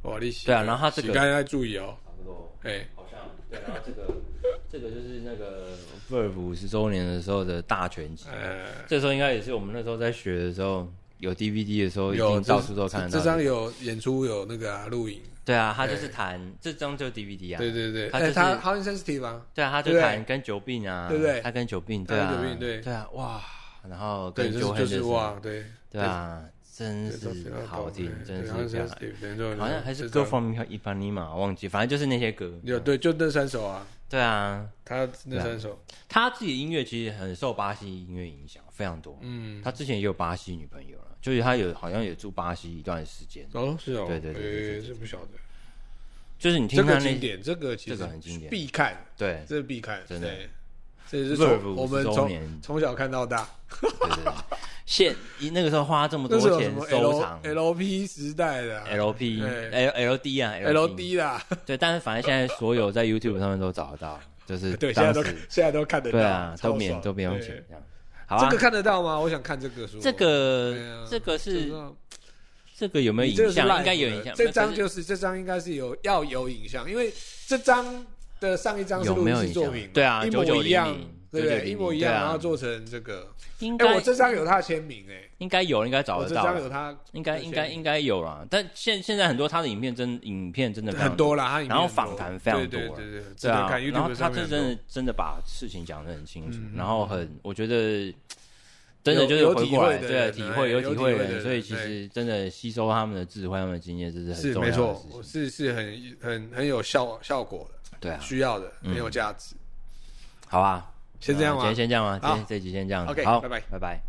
Speaker 1: 哇，你洗
Speaker 2: 对啊然后他这个
Speaker 1: 洗干净要注意哦，
Speaker 2: 差不多。
Speaker 1: 哎，
Speaker 2: 好像对，然后这个这个就是那个 Verve 五十周年的时候的大全集，
Speaker 1: 呃，
Speaker 2: 这时候应该也是我们那时候在学的时候有 DVD 的时候，一
Speaker 1: 有
Speaker 2: 定
Speaker 1: 这
Speaker 2: 到处都看得到。
Speaker 1: 这张有演出有那个啊录影，
Speaker 2: 对啊，他就是弹这张就是 DVD 啊，
Speaker 1: 对对对，
Speaker 2: 他就
Speaker 1: 哎，
Speaker 2: 是
Speaker 1: 他好 insensitive 啊，
Speaker 2: 对啊，他就
Speaker 1: 对不对
Speaker 2: 弹跟久病啊，
Speaker 1: 对不对
Speaker 2: 他跟久病，
Speaker 1: 他
Speaker 2: 对
Speaker 1: 跟
Speaker 2: 啊，
Speaker 1: 久病对
Speaker 2: 对啊，哇，然后
Speaker 1: 对，就
Speaker 2: 跟久
Speaker 1: 是
Speaker 2: 恨
Speaker 1: 就是哇，对，
Speaker 2: 对啊，真
Speaker 1: 这张非
Speaker 2: 是
Speaker 1: 常
Speaker 2: 好听，真是这样。
Speaker 1: 是
Speaker 2: 好像还是 Girl from Ipanema，忘记，反正就是那些歌。
Speaker 1: 有对，就那三首啊，
Speaker 2: 对啊，
Speaker 1: 他那三首，
Speaker 2: 他自己的音乐其实很受巴西音乐影响，非常多。
Speaker 1: 嗯，
Speaker 2: 他之前也有巴西女朋友了，就是他有好像也住巴西一段时间。
Speaker 1: 哦，是哦，
Speaker 2: 对对对对
Speaker 1: 哎，这不晓得，
Speaker 2: 就是你
Speaker 1: 这
Speaker 2: 听他
Speaker 1: 个
Speaker 2: 那
Speaker 1: 经典，这个其实
Speaker 2: 这个很经典
Speaker 1: 必看，
Speaker 2: 对
Speaker 1: 这是必看，
Speaker 2: 真的
Speaker 1: 对，这也是
Speaker 2: Verve
Speaker 1: 从我们
Speaker 2: 50周
Speaker 1: 从
Speaker 2: 年
Speaker 1: 从小看到大，
Speaker 2: 对对对，现一那个时候花这么
Speaker 1: 那
Speaker 2: 多
Speaker 1: 是有什
Speaker 2: 钱
Speaker 1: 么
Speaker 2: 收
Speaker 1: L
Speaker 2: 藏
Speaker 1: L P 时代的啊
Speaker 2: L P
Speaker 1: 哎
Speaker 2: L L D 啊
Speaker 1: L D 啦，
Speaker 2: 对，但是反正现在所有在 YouTube 上面都找得到，就是
Speaker 1: 对，现在都
Speaker 2: 当时
Speaker 1: 现在都看得到，
Speaker 2: 对啊，
Speaker 1: 超
Speaker 2: 都
Speaker 1: 爽
Speaker 2: 免都不用
Speaker 1: 对
Speaker 2: 钱这样。好
Speaker 1: 这
Speaker 2: 啊
Speaker 1: 个，看得到吗？我想看这个书，对
Speaker 2: 这
Speaker 1: 啊
Speaker 2: 个这个
Speaker 1: 这
Speaker 2: 是
Speaker 1: 个
Speaker 2: 这个有没有
Speaker 1: 你这
Speaker 2: 影
Speaker 1: 个是
Speaker 2: 像？
Speaker 1: live
Speaker 2: 应该有
Speaker 1: 的
Speaker 2: 影像。
Speaker 1: 这张
Speaker 2: 没有
Speaker 1: 就是这张应该是有要有影像，因为这张的上一张是
Speaker 2: 有
Speaker 1: 录
Speaker 2: 没有
Speaker 1: 音室
Speaker 2: 影
Speaker 1: 作
Speaker 2: 像
Speaker 1: 品嘛，
Speaker 2: 对啊
Speaker 1: 一模一样
Speaker 2: 9900，
Speaker 1: 对不对？
Speaker 2: 9900
Speaker 1: 一模一样，
Speaker 2: 对啊
Speaker 1: 然后做成这个。
Speaker 2: 就是应
Speaker 1: 哎，我
Speaker 2: 该
Speaker 1: 这张有他的签名，哎，
Speaker 2: 应该有，应该找
Speaker 1: 我
Speaker 2: 得
Speaker 1: 这
Speaker 2: 到
Speaker 1: 张
Speaker 2: 啦
Speaker 1: 有。他，
Speaker 2: 应该应该应该有啦，但现现在很多他的影片真影片真的非常
Speaker 1: 很多啦，他影片
Speaker 2: 然后
Speaker 1: 很多
Speaker 2: 访谈非常
Speaker 1: 对
Speaker 2: 多
Speaker 1: 对对对，
Speaker 2: 对啊，
Speaker 1: 看 YouTube
Speaker 2: 然后他
Speaker 1: 上面
Speaker 2: 这
Speaker 1: 很
Speaker 2: 真
Speaker 1: 多
Speaker 2: 的真的把事情讲得很清楚，
Speaker 1: 嗯
Speaker 2: 然后很我觉得真的
Speaker 1: 有
Speaker 2: 就是
Speaker 1: 有
Speaker 2: 回
Speaker 1: 体
Speaker 2: 过
Speaker 1: 会
Speaker 2: 来
Speaker 1: 的
Speaker 2: 对
Speaker 1: 人
Speaker 2: 体
Speaker 1: 啊
Speaker 2: 会
Speaker 1: 有
Speaker 2: 体
Speaker 1: 体
Speaker 2: 会
Speaker 1: 会
Speaker 2: 的
Speaker 1: 的
Speaker 2: 人，所以
Speaker 1: 人
Speaker 2: 其
Speaker 1: 对
Speaker 2: 实真的吸收他们的智慧、他们的经验，这是很
Speaker 1: 是
Speaker 2: 重
Speaker 1: 没
Speaker 2: 要的
Speaker 1: 错
Speaker 2: 事，
Speaker 1: 是
Speaker 2: 情。
Speaker 1: 是很很很有效效果的，
Speaker 2: 对啊，
Speaker 1: 需要的，很有价值。
Speaker 2: 好啊，
Speaker 1: 先这样吗
Speaker 2: 呃今天先这样吗？今
Speaker 1: 好
Speaker 2: 天这集先这样子。
Speaker 1: OK，
Speaker 2: 好，
Speaker 1: 拜拜
Speaker 2: 拜拜。